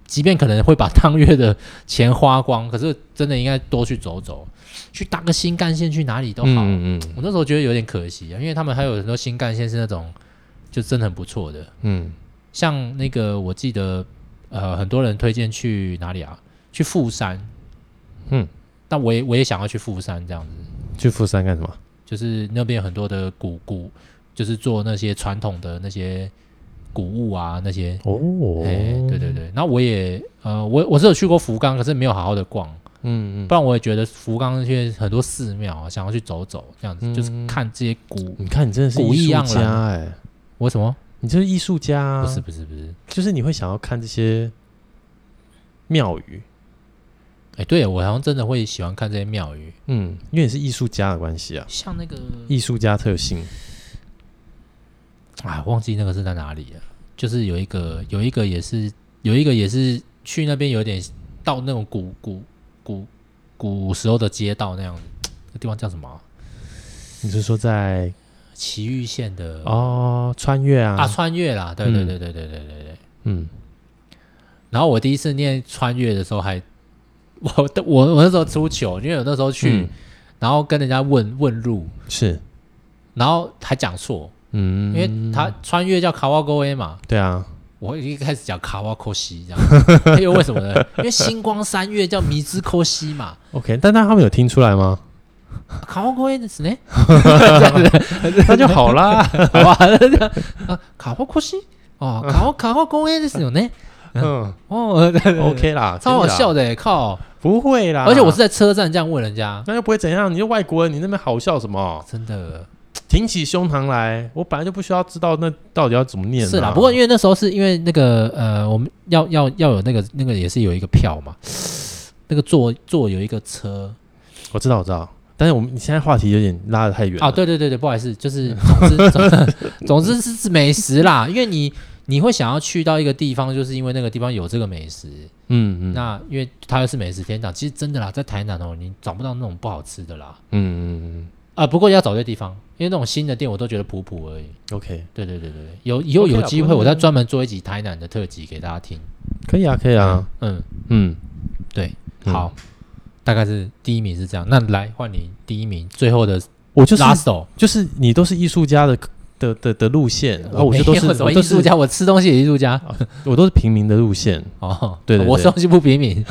[SPEAKER 2] 即便可能会把当月的钱花光，可是真的应该多去走走，去搭个新干线去哪里都好。
[SPEAKER 1] 嗯嗯
[SPEAKER 2] 我那时候觉得有点可惜啊，因为他们还有很多新干线是那种就真的很不错的，
[SPEAKER 1] 嗯，
[SPEAKER 2] 像那个我记得，呃，很多人推荐去哪里啊？去富山。
[SPEAKER 1] 嗯，
[SPEAKER 2] 但我也我也想要去富山这样子，
[SPEAKER 1] 去富山干什么？
[SPEAKER 2] 就是那边有很多的古古，就是做那些传统的那些古物啊那些。
[SPEAKER 1] 哦，
[SPEAKER 2] 哎、对对对，然后我也呃，我我是有去过福冈，可是没有好好的逛，
[SPEAKER 1] 嗯嗯，
[SPEAKER 2] 不然我也觉得福冈那些很多寺庙啊，想要去走走，这样子、就是
[SPEAKER 1] 嗯
[SPEAKER 2] 看这些古，
[SPEAKER 1] 你看你真的是
[SPEAKER 2] 古意
[SPEAKER 1] 艺术
[SPEAKER 2] 盎然
[SPEAKER 1] 家哎，
[SPEAKER 2] 我什么？
[SPEAKER 1] 你就是艺术家啊，
[SPEAKER 2] 不是不是不是，
[SPEAKER 1] 就是你会想要看这些庙宇，
[SPEAKER 2] 哎、对我好像真的会喜欢看这些庙宇，
[SPEAKER 1] 嗯，因为你是艺术家的关系啊，
[SPEAKER 2] 像那个
[SPEAKER 1] 艺术家特性，
[SPEAKER 2] 啊，忘记那个是在哪里了。就是有一个，有一个也是，有一个也是去那边有点到那种古古古古时候的街道那样子，那地方叫什么啊、
[SPEAKER 1] 你是说在
[SPEAKER 2] 崎玉县的
[SPEAKER 1] 哦穿越啊？
[SPEAKER 2] 呃啊，穿越啦，对对
[SPEAKER 1] 嗯
[SPEAKER 2] 对对对对对对。
[SPEAKER 1] 嗯，
[SPEAKER 2] 然后我第一次念穿越的时候还，我我我那时候出糗，因为我那时候去，
[SPEAKER 1] 嗯
[SPEAKER 2] 然后跟人家问问路，
[SPEAKER 1] 是，
[SPEAKER 2] 然后还讲错，
[SPEAKER 1] 嗯，
[SPEAKER 2] 因为他穿越叫卡哇沟 A 嘛，
[SPEAKER 1] 对啊，
[SPEAKER 2] 我一开始讲卡哇扣西这样， 因为为什么呢？因为星光三月叫迷之扣西嘛，
[SPEAKER 1] OK，但但他们有听出来吗？
[SPEAKER 2] 啊卡哇扣西呢？
[SPEAKER 1] 那就好 啦。
[SPEAKER 2] 好吧，啊，卡哇扣西哦，卡哇卡哇扣西ですよね？
[SPEAKER 1] 嗯
[SPEAKER 2] 哦对对对
[SPEAKER 1] ，OK 啦，
[SPEAKER 2] 超好笑
[SPEAKER 1] 的，啊
[SPEAKER 2] 的耶靠！
[SPEAKER 1] 不会啦。
[SPEAKER 2] 而且我是在车站这样问人家，
[SPEAKER 1] 那又不会怎样，你是外国人，你那边好笑什么？
[SPEAKER 2] 真的
[SPEAKER 1] 挺起胸膛来，我本来就不需要知道那到底要怎么念啊。
[SPEAKER 2] 是啦。不过因为那时候是因为那个呃，我们要要要有那个那个也是有一个票嘛，那个坐坐有一个车
[SPEAKER 1] 我知道，我知道，但是我们你现在话题有点拉得太远
[SPEAKER 2] 啊，
[SPEAKER 1] 了。
[SPEAKER 2] 对对对对，不好意思，就是总之 总总之是指美食啦，因为你你会想要去到一个地方，就是因为那个地方有这个美食。
[SPEAKER 1] 嗯嗯
[SPEAKER 2] 那因为它又是美食天堂，其实真的啦，在台南哦，你找不到那种不好吃的啦。
[SPEAKER 1] 嗯嗯
[SPEAKER 2] 啊，不过要找对地方，因为那种新的店我都觉得普普而已。
[SPEAKER 1] 嗯，OK，
[SPEAKER 2] 对对对对对，有以后
[SPEAKER 1] OK 啦
[SPEAKER 2] 有机
[SPEAKER 1] 不
[SPEAKER 2] 会
[SPEAKER 1] 过
[SPEAKER 2] 我再专门做一集台南的特辑给大家听。
[SPEAKER 1] 可以啊，可以啊，
[SPEAKER 2] 嗯，
[SPEAKER 1] 嗯，
[SPEAKER 2] 对，
[SPEAKER 1] 嗯
[SPEAKER 2] 好，大概是第一名是这样。那来换你第一名，最后的哦
[SPEAKER 1] 我就是
[SPEAKER 2] 拉手。
[SPEAKER 1] 就是你都是艺术家的的的的路线，然后哦我
[SPEAKER 2] 没
[SPEAKER 1] 就都是
[SPEAKER 2] 有什么
[SPEAKER 1] 我
[SPEAKER 2] 艺
[SPEAKER 1] 都
[SPEAKER 2] 术
[SPEAKER 1] 是
[SPEAKER 2] 家， 我吃东西也艺术家。
[SPEAKER 1] 我都是平民的路线。
[SPEAKER 2] 哦，
[SPEAKER 1] 对对
[SPEAKER 2] 我
[SPEAKER 1] 对
[SPEAKER 2] 东西不比你，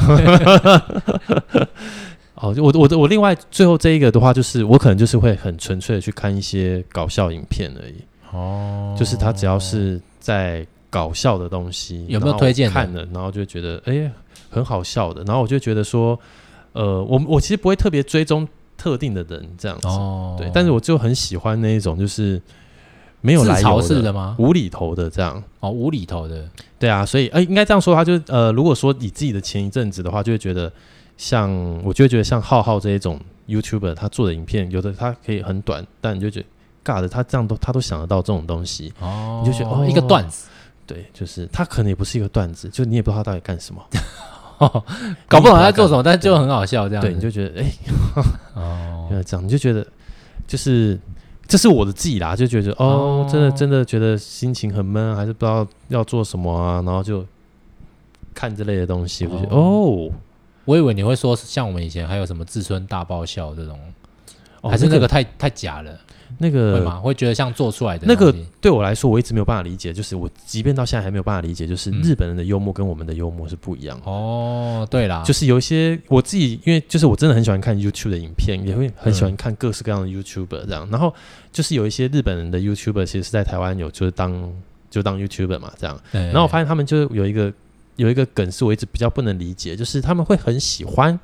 [SPEAKER 1] 哦，就我我我另外最后这一个的话，就是我可能就是会很纯粹的去看一些搞笑影片而已。
[SPEAKER 2] 哦，
[SPEAKER 1] 就是他只要是在搞笑的东西，
[SPEAKER 2] 有没
[SPEAKER 1] 然
[SPEAKER 2] 有
[SPEAKER 1] 后
[SPEAKER 2] 推荐的
[SPEAKER 1] 看了，然后就觉得哎、很好笑的，然后我就觉得说，呃，我我其实不会特别追踪特定的人这样子，
[SPEAKER 2] 哦，
[SPEAKER 1] 对，但是我就很喜欢那一种就是没有
[SPEAKER 2] 自
[SPEAKER 1] 来
[SPEAKER 2] 嘲
[SPEAKER 1] 由
[SPEAKER 2] 式的吗？
[SPEAKER 1] 无厘头的这样。
[SPEAKER 2] 哦，无厘头的，
[SPEAKER 1] 对啊，所以呃，应该这样说，他就呃，如果说你自己的前一阵子的话，就会觉得像，我就会觉得像浩浩这一种 YouTuber，他做的影片，有的他可以很短，但你就觉得尬的，他这样都他都想得到这种东西，
[SPEAKER 2] 哦，
[SPEAKER 1] 你就觉得哦
[SPEAKER 2] 一个段子，
[SPEAKER 1] 对，就是他可能也不是一个段子，就你也不知道他到底干什么，
[SPEAKER 2] 搞不懂他在做什么，但就很好笑这样子。
[SPEAKER 1] 对，你就觉得哎，
[SPEAKER 2] 哦
[SPEAKER 1] 原，来这样，你就觉得就是这是我的记忆啦，就觉得哦
[SPEAKER 2] 哦，
[SPEAKER 1] 真的真的觉得心情很闷啊，还是不知道要做什么啊，然后就看这类的东西，我就觉得哦。
[SPEAKER 2] 我以为你会说像我们以前还有什么自尊大爆笑这种，
[SPEAKER 1] 哦
[SPEAKER 2] 还是
[SPEAKER 1] 那
[SPEAKER 2] 那
[SPEAKER 1] 个
[SPEAKER 2] 个太太假了。
[SPEAKER 1] 那
[SPEAKER 2] 会
[SPEAKER 1] 个
[SPEAKER 2] 吗？会觉得像做出来的
[SPEAKER 1] 那个
[SPEAKER 2] 东西
[SPEAKER 1] 对我来说，我一直没有办法理解，就是我即便到现在还没有办法理解，就是
[SPEAKER 2] 嗯
[SPEAKER 1] 日本人的幽默跟我们的幽默是不一样的。
[SPEAKER 2] 哦，对啦，
[SPEAKER 1] 就是有一些我自己，因为就是我真的很喜欢看 YouTube 的影片，也会很喜欢看各式各样的 YouTuber 这样。然后就是有一些日本人的 YouTuber，其实是在台湾有就是当就当 YouTuber 嘛这样。
[SPEAKER 2] 对，
[SPEAKER 1] 然后我发现他们就有一个有一个梗是我一直比较不能理解，就是他们会很喜欢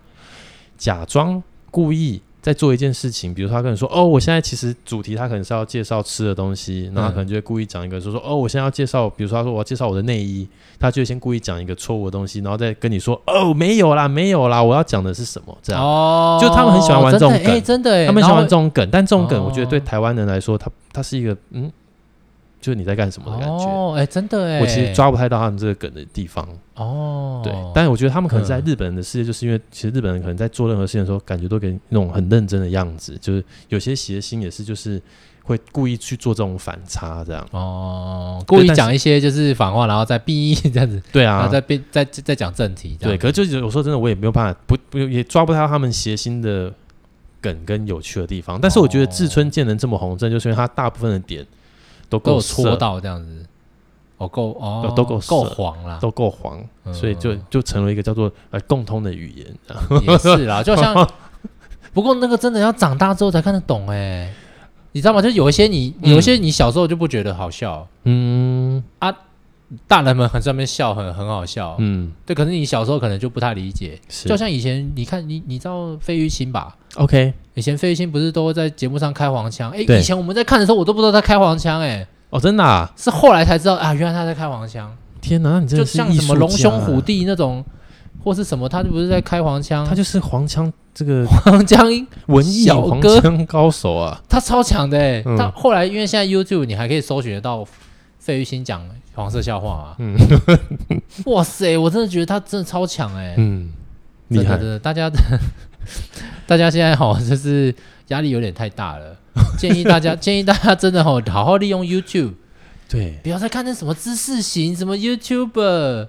[SPEAKER 1] 假装故意在做一件事情，比如说他跟你说哦，我现在其实主题他可能是要介绍吃的东西，然后他可能就会故意讲一个说说哦，我现在要介绍，比如说他说我要介绍我的内衣，他就会先故意讲一个错误的东西，然后再跟你说哦没有啦没有啦，我要讲的是什么这样。
[SPEAKER 2] 哦，
[SPEAKER 1] 就他们很喜欢玩这种梗
[SPEAKER 2] 哎，真的欸，
[SPEAKER 1] 他们喜欢玩这
[SPEAKER 2] 种
[SPEAKER 1] 种梗，但这种梗我觉得
[SPEAKER 2] 哦
[SPEAKER 1] 对台湾人来说，他他是一个嗯，就是你在干什么的感觉。
[SPEAKER 2] 哦，哎，真的哎，
[SPEAKER 1] 我其实抓不太到他们这个梗的地方。
[SPEAKER 2] 哦，
[SPEAKER 1] 对，但我觉得他们可能在日本人的世界，就是因为其实日本人可能在做任何事情的时候，感觉都给你那种很认真的样子，就是有些谐星也是，就是会故意去做这种反差，这样。
[SPEAKER 2] 哦，故意讲一些就是反话，然后再逼 这样子，
[SPEAKER 1] 对
[SPEAKER 2] 然
[SPEAKER 1] 啊
[SPEAKER 2] 后，再逼再再再讲正题，这
[SPEAKER 1] 对，啊
[SPEAKER 2] 样
[SPEAKER 1] 可是就是有时候真的我也没有办法，不不也抓不到他们谐星的梗跟有趣的地方。但是我觉得志村健能这么红，真的就是因为他大部分的点都
[SPEAKER 2] 都
[SPEAKER 1] 够
[SPEAKER 2] 有戳
[SPEAKER 1] 色，
[SPEAKER 2] 到这样子，哦够哦
[SPEAKER 1] 都都够色
[SPEAKER 2] 够黄啦，
[SPEAKER 1] 都够黄，
[SPEAKER 2] 嗯
[SPEAKER 1] 所以就就成为一个叫做呃共通的语言。 这样
[SPEAKER 2] 也是啦， 就
[SPEAKER 1] 嗯
[SPEAKER 2] 像不过那个真的要长大之后才看得懂哎，你知道吗？就有一些你
[SPEAKER 1] 嗯
[SPEAKER 2] 有一些你小时候就不觉得好笑，
[SPEAKER 1] 嗯
[SPEAKER 2] 大人们很上面笑很很好笑，
[SPEAKER 1] 嗯，
[SPEAKER 2] 对，可是你小时候可能就不太理解，
[SPEAKER 1] 是
[SPEAKER 2] 就像以前你看你你知道费玉清吧？
[SPEAKER 1] OK
[SPEAKER 2] 以前费玉清不是都会在节目上开黄腔？哎、
[SPEAKER 1] 对
[SPEAKER 2] 以前我们在看的时候，我都不知道他开黄腔、哎，
[SPEAKER 1] 哦，真的、啊。
[SPEAKER 2] 是后来才知道啊，原来他在开黄腔，
[SPEAKER 1] 天哪，那你真
[SPEAKER 2] 就
[SPEAKER 1] 的是
[SPEAKER 2] 像
[SPEAKER 1] 艺
[SPEAKER 2] 什么
[SPEAKER 1] 术
[SPEAKER 2] 龙
[SPEAKER 1] 家啊
[SPEAKER 2] 兄虎，弟啊那种，或是什么，他就不是在开黄腔，
[SPEAKER 1] 他就是黄腔这 个
[SPEAKER 2] 黄腔
[SPEAKER 1] 文艺
[SPEAKER 2] 小
[SPEAKER 1] 黄
[SPEAKER 2] 哥
[SPEAKER 1] 腔高手 啊。
[SPEAKER 2] 他超强的、哎、
[SPEAKER 1] 嗯
[SPEAKER 2] 他后来因为现在 YouTube 你还可以搜寻得到费玉清讲黄色笑话嘛，
[SPEAKER 1] 嗯
[SPEAKER 2] 哇塞，我真的觉得他真的超强哎、
[SPEAKER 1] 嗯，
[SPEAKER 2] 真
[SPEAKER 1] 厉
[SPEAKER 2] 的
[SPEAKER 1] 害
[SPEAKER 2] 真。的，大家大家现在哈就是压力有点太大了，建议大家建议大家真的哈好好利用 YouTube，
[SPEAKER 1] 对，
[SPEAKER 2] 不要再看那什么知识型什么 YouTuber，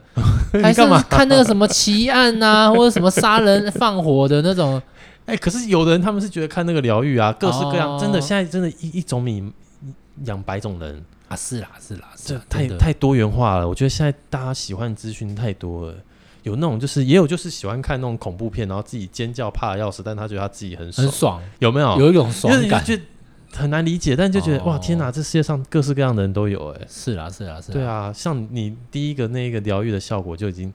[SPEAKER 2] 还
[SPEAKER 1] 你
[SPEAKER 2] 是
[SPEAKER 1] 干嘛？
[SPEAKER 2] 看那个什么奇案 呐、或者什么杀人放火的那种，
[SPEAKER 1] 哎，可是有的人他们是觉得看那个疗愈啊，各式各样，真的
[SPEAKER 2] 哦
[SPEAKER 1] 现在真的一一种米养百种人，
[SPEAKER 2] 啊是啦是啦是
[SPEAKER 1] 这
[SPEAKER 2] 啦，
[SPEAKER 1] 太
[SPEAKER 2] 真的
[SPEAKER 1] 太多元化了。我觉得现在大家喜欢的资讯太多了。有那种就是也有就是喜欢看那种恐怖片，然后自己尖叫怕的要死，但他觉得他自己很爽哦
[SPEAKER 2] 很，爽，
[SPEAKER 1] 有没有？
[SPEAKER 2] 有一种
[SPEAKER 1] 就
[SPEAKER 2] 爽
[SPEAKER 1] 是
[SPEAKER 2] 感，
[SPEAKER 1] 就很难理解，但就觉得、哇
[SPEAKER 2] 哦
[SPEAKER 1] 天哪，这世界上各式各样的人都有哎、
[SPEAKER 2] 是啦是啦是啦，
[SPEAKER 1] 对啊，像你第一个那个疗愈的效果就已经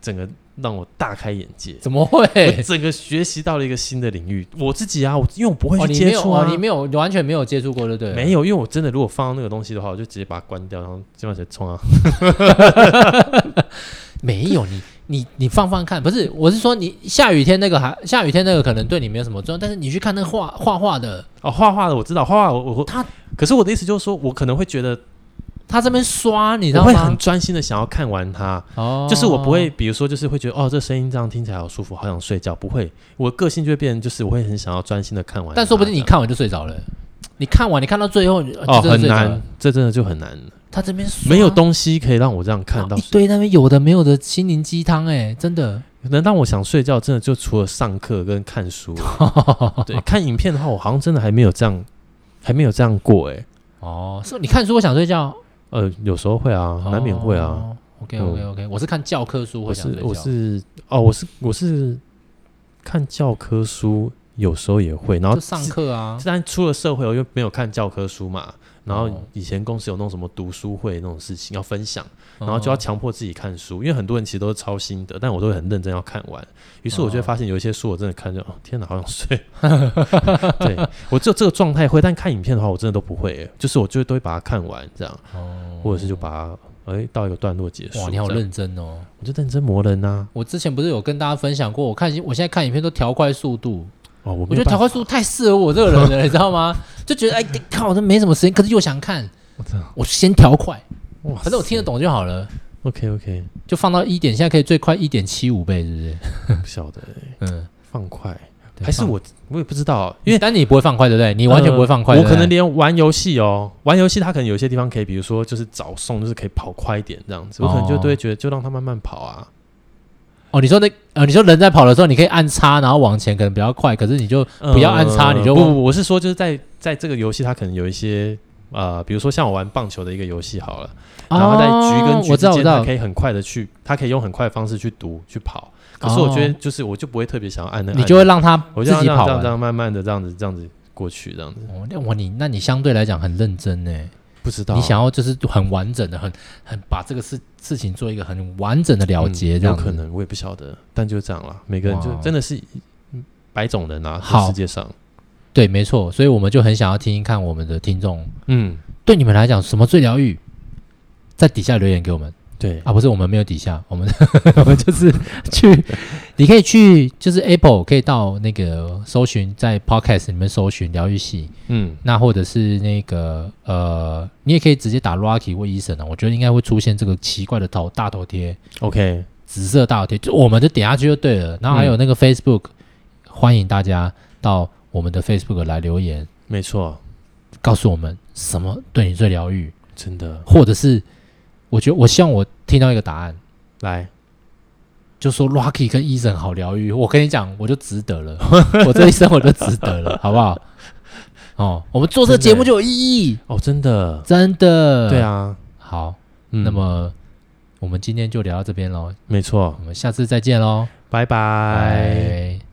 [SPEAKER 1] 整个让我大开眼界，
[SPEAKER 2] 怎么会？
[SPEAKER 1] 我整个学习到了一个新的领域。我自己啊，我因为我不会
[SPEAKER 2] 哦，
[SPEAKER 1] 去
[SPEAKER 2] 你没
[SPEAKER 1] 接
[SPEAKER 2] 有
[SPEAKER 1] 触
[SPEAKER 2] 哦
[SPEAKER 1] 啊，，
[SPEAKER 2] 你没有完全没有接触过，对不对？
[SPEAKER 1] 没有，因为我真的如果放到那个东西的话，我就直接把它关掉，然后键盘写冲啊。
[SPEAKER 2] 没有你，你你放放看，不是，我是说你下雨天那个还下雨天那个可能对你没有什么作用，但是你去看那个画画画的，
[SPEAKER 1] 哦，画画的我知道，画画我我
[SPEAKER 2] 他，
[SPEAKER 1] 可是我的意思就是说，我可能会觉得
[SPEAKER 2] 他这边刷，你知
[SPEAKER 1] 我
[SPEAKER 2] 道
[SPEAKER 1] 会很
[SPEAKER 2] 吗？
[SPEAKER 1] 专心的想要看完它，
[SPEAKER 2] 哦
[SPEAKER 1] 就是我不会，比如说就是会觉得哦，这声音这样听起来好舒服，好想睡觉。不会，我的个性就会变成就是我会很想要专心的看完它这样。
[SPEAKER 2] 但说不定你看完就睡着了。你看完，你看到最后，你
[SPEAKER 1] 哦
[SPEAKER 2] 就真的
[SPEAKER 1] 很
[SPEAKER 2] 睡着
[SPEAKER 1] 难
[SPEAKER 2] 了。，
[SPEAKER 1] 这真的就很难。
[SPEAKER 2] 他这边刷
[SPEAKER 1] 没有东西可以让我这样
[SPEAKER 2] 然
[SPEAKER 1] 看
[SPEAKER 2] 后
[SPEAKER 1] 到
[SPEAKER 2] 一，堆那边有的没有的心灵鸡汤，哎，真的。
[SPEAKER 1] 能让我想睡觉，真的就除了上课跟看 书。对，看影片的话，我好像真的还没有这样，还没有这样过哎、
[SPEAKER 2] 哦，是你看书会想睡觉，
[SPEAKER 1] 呃，有时候会啊，难免会啊。。
[SPEAKER 2] OK OK OK，我是看教科书
[SPEAKER 1] 我
[SPEAKER 2] 哦会想睡
[SPEAKER 1] 是
[SPEAKER 2] 觉。
[SPEAKER 1] 我是哦，我是我是看教科书，有时候也会，然后
[SPEAKER 2] 就上课啊，
[SPEAKER 1] 但出了社会，我又没有看教科书嘛。然后
[SPEAKER 2] 哦
[SPEAKER 1] 以前公司有那种什么读书会那种事情要分享，然后就
[SPEAKER 2] 哦
[SPEAKER 1] 要强迫自己看书，因为很多人其实都是抄心得，但我都会很认真要看完。于是我
[SPEAKER 2] 哦
[SPEAKER 1] 就会发现有一些书我真的看就，哦天哪，好想睡。 对我只有这个状态会，但看影片的话我真的都不会耶，就是我就都会把它看完这样，
[SPEAKER 2] 哦
[SPEAKER 1] 或者是就把它哎到一个段落结束。
[SPEAKER 2] 哇，你好
[SPEAKER 1] 这样，
[SPEAKER 2] 认真哦。
[SPEAKER 1] 我就认真磨人啊呐、
[SPEAKER 2] 我之前不是有跟大家分享过，我看我现在看影片都调快速度，
[SPEAKER 1] 哦，我
[SPEAKER 2] 我
[SPEAKER 1] 没
[SPEAKER 2] 觉
[SPEAKER 1] 有
[SPEAKER 2] 得调
[SPEAKER 1] 办
[SPEAKER 2] 快速度太适合我这个人 了，你知道吗？就觉得哎，看我这没什么时间，可是又想看，我先调快，
[SPEAKER 1] 哇
[SPEAKER 2] 反正我听得懂就好了，
[SPEAKER 1] OK OK，
[SPEAKER 2] 就放到一点，现在可以最快一点七五倍，是不是？
[SPEAKER 1] 不晓得耶
[SPEAKER 2] 嗯，
[SPEAKER 1] 放快
[SPEAKER 2] 对
[SPEAKER 1] 还是
[SPEAKER 2] 放
[SPEAKER 1] 我我也不知道，啊因为
[SPEAKER 2] 因为但你不会放快，对不对？你完全不会放快，
[SPEAKER 1] 呃我
[SPEAKER 2] 对不
[SPEAKER 1] 可
[SPEAKER 2] 对
[SPEAKER 1] 能连玩游戏哦，玩游戏它可能有些地方可以，比如说就是早送，就是可以跑快一点这样子，我可能就
[SPEAKER 2] 哦
[SPEAKER 1] 都会觉得就让它慢慢跑啊。
[SPEAKER 2] 哦，你说那呃，你说人在跑的时候，你可以按叉，然后往前可能比较快，可是你就
[SPEAKER 1] 呃
[SPEAKER 2] 不要按叉你就
[SPEAKER 1] 不不，不我是说就是在在这个游戏它可能有一些呃，比如说像我玩棒球的一个游戏好了，然后在局跟
[SPEAKER 2] 哦
[SPEAKER 1] 局
[SPEAKER 2] 我知
[SPEAKER 1] 之
[SPEAKER 2] 道，我
[SPEAKER 1] 间，
[SPEAKER 2] 知
[SPEAKER 1] 它
[SPEAKER 2] 道
[SPEAKER 1] 可，以很快的去，它可以用很快的方式去读去跑。可是我觉得
[SPEAKER 2] 哦
[SPEAKER 1] 就是我就不会特别想要按那个按
[SPEAKER 2] 你
[SPEAKER 1] 钮，
[SPEAKER 2] 就会让他
[SPEAKER 1] 我就
[SPEAKER 2] 自
[SPEAKER 1] 让
[SPEAKER 2] 己
[SPEAKER 1] 这样
[SPEAKER 2] 跑
[SPEAKER 1] 这样这
[SPEAKER 2] 完。
[SPEAKER 1] 样慢慢的这样子这样子过去这样子，
[SPEAKER 2] 哦那我你那你相对来讲很认真呢，
[SPEAKER 1] 不知道啊
[SPEAKER 2] 你想要就是很完整的、很很把这个事事情做一个很完整的了结，
[SPEAKER 1] 嗯
[SPEAKER 2] 这
[SPEAKER 1] 有
[SPEAKER 2] 样子
[SPEAKER 1] 可能我也不晓得，但就这样啦。每个人就
[SPEAKER 2] 哇
[SPEAKER 1] 真的是嗯百种人啊，这
[SPEAKER 2] 好
[SPEAKER 1] 世界上，
[SPEAKER 2] 对，没错。所以我们就很想要听听看我们的听众
[SPEAKER 1] 嗯，
[SPEAKER 2] 对你们来讲什么最疗愈，在底下留言给我们
[SPEAKER 1] 对，
[SPEAKER 2] 啊，不是我们没有底下，我们我们就是去，你可以去就是 Apple 可以到那个搜寻在 Podcast 里面搜寻疗愈系，
[SPEAKER 1] 嗯，
[SPEAKER 2] 那或者是那个呃，你也可以直接打 Rocky 或 Eason 啊，我觉得应该会出现这个奇怪的头大头贴，
[SPEAKER 1] OK，
[SPEAKER 2] 紫色大头贴，就我们就点下去就对了。然后还有那个 Facebook，、欢迎大家到我们的 Facebook 来留言，
[SPEAKER 1] 没错，
[SPEAKER 2] 告诉我们什么对你最疗愈，
[SPEAKER 1] 真的，
[SPEAKER 2] 或者是我觉得我希望我听到一个答案，
[SPEAKER 1] 来，
[SPEAKER 2] 就说 Rocky 跟 Eason 好疗愈，我跟你讲，我就值得了， 我这一生我就值 得了，好不好？哦，我们做这个节目就有意义，
[SPEAKER 1] 哦，真的，
[SPEAKER 2] 真的。
[SPEAKER 1] 对，啊，
[SPEAKER 2] 好。
[SPEAKER 1] 嗯
[SPEAKER 2] 呃那么我们今天就聊到这边喽，
[SPEAKER 1] 没错
[SPEAKER 2] 我，们下次再见喽，
[SPEAKER 1] 拜拜。
[SPEAKER 2] 拜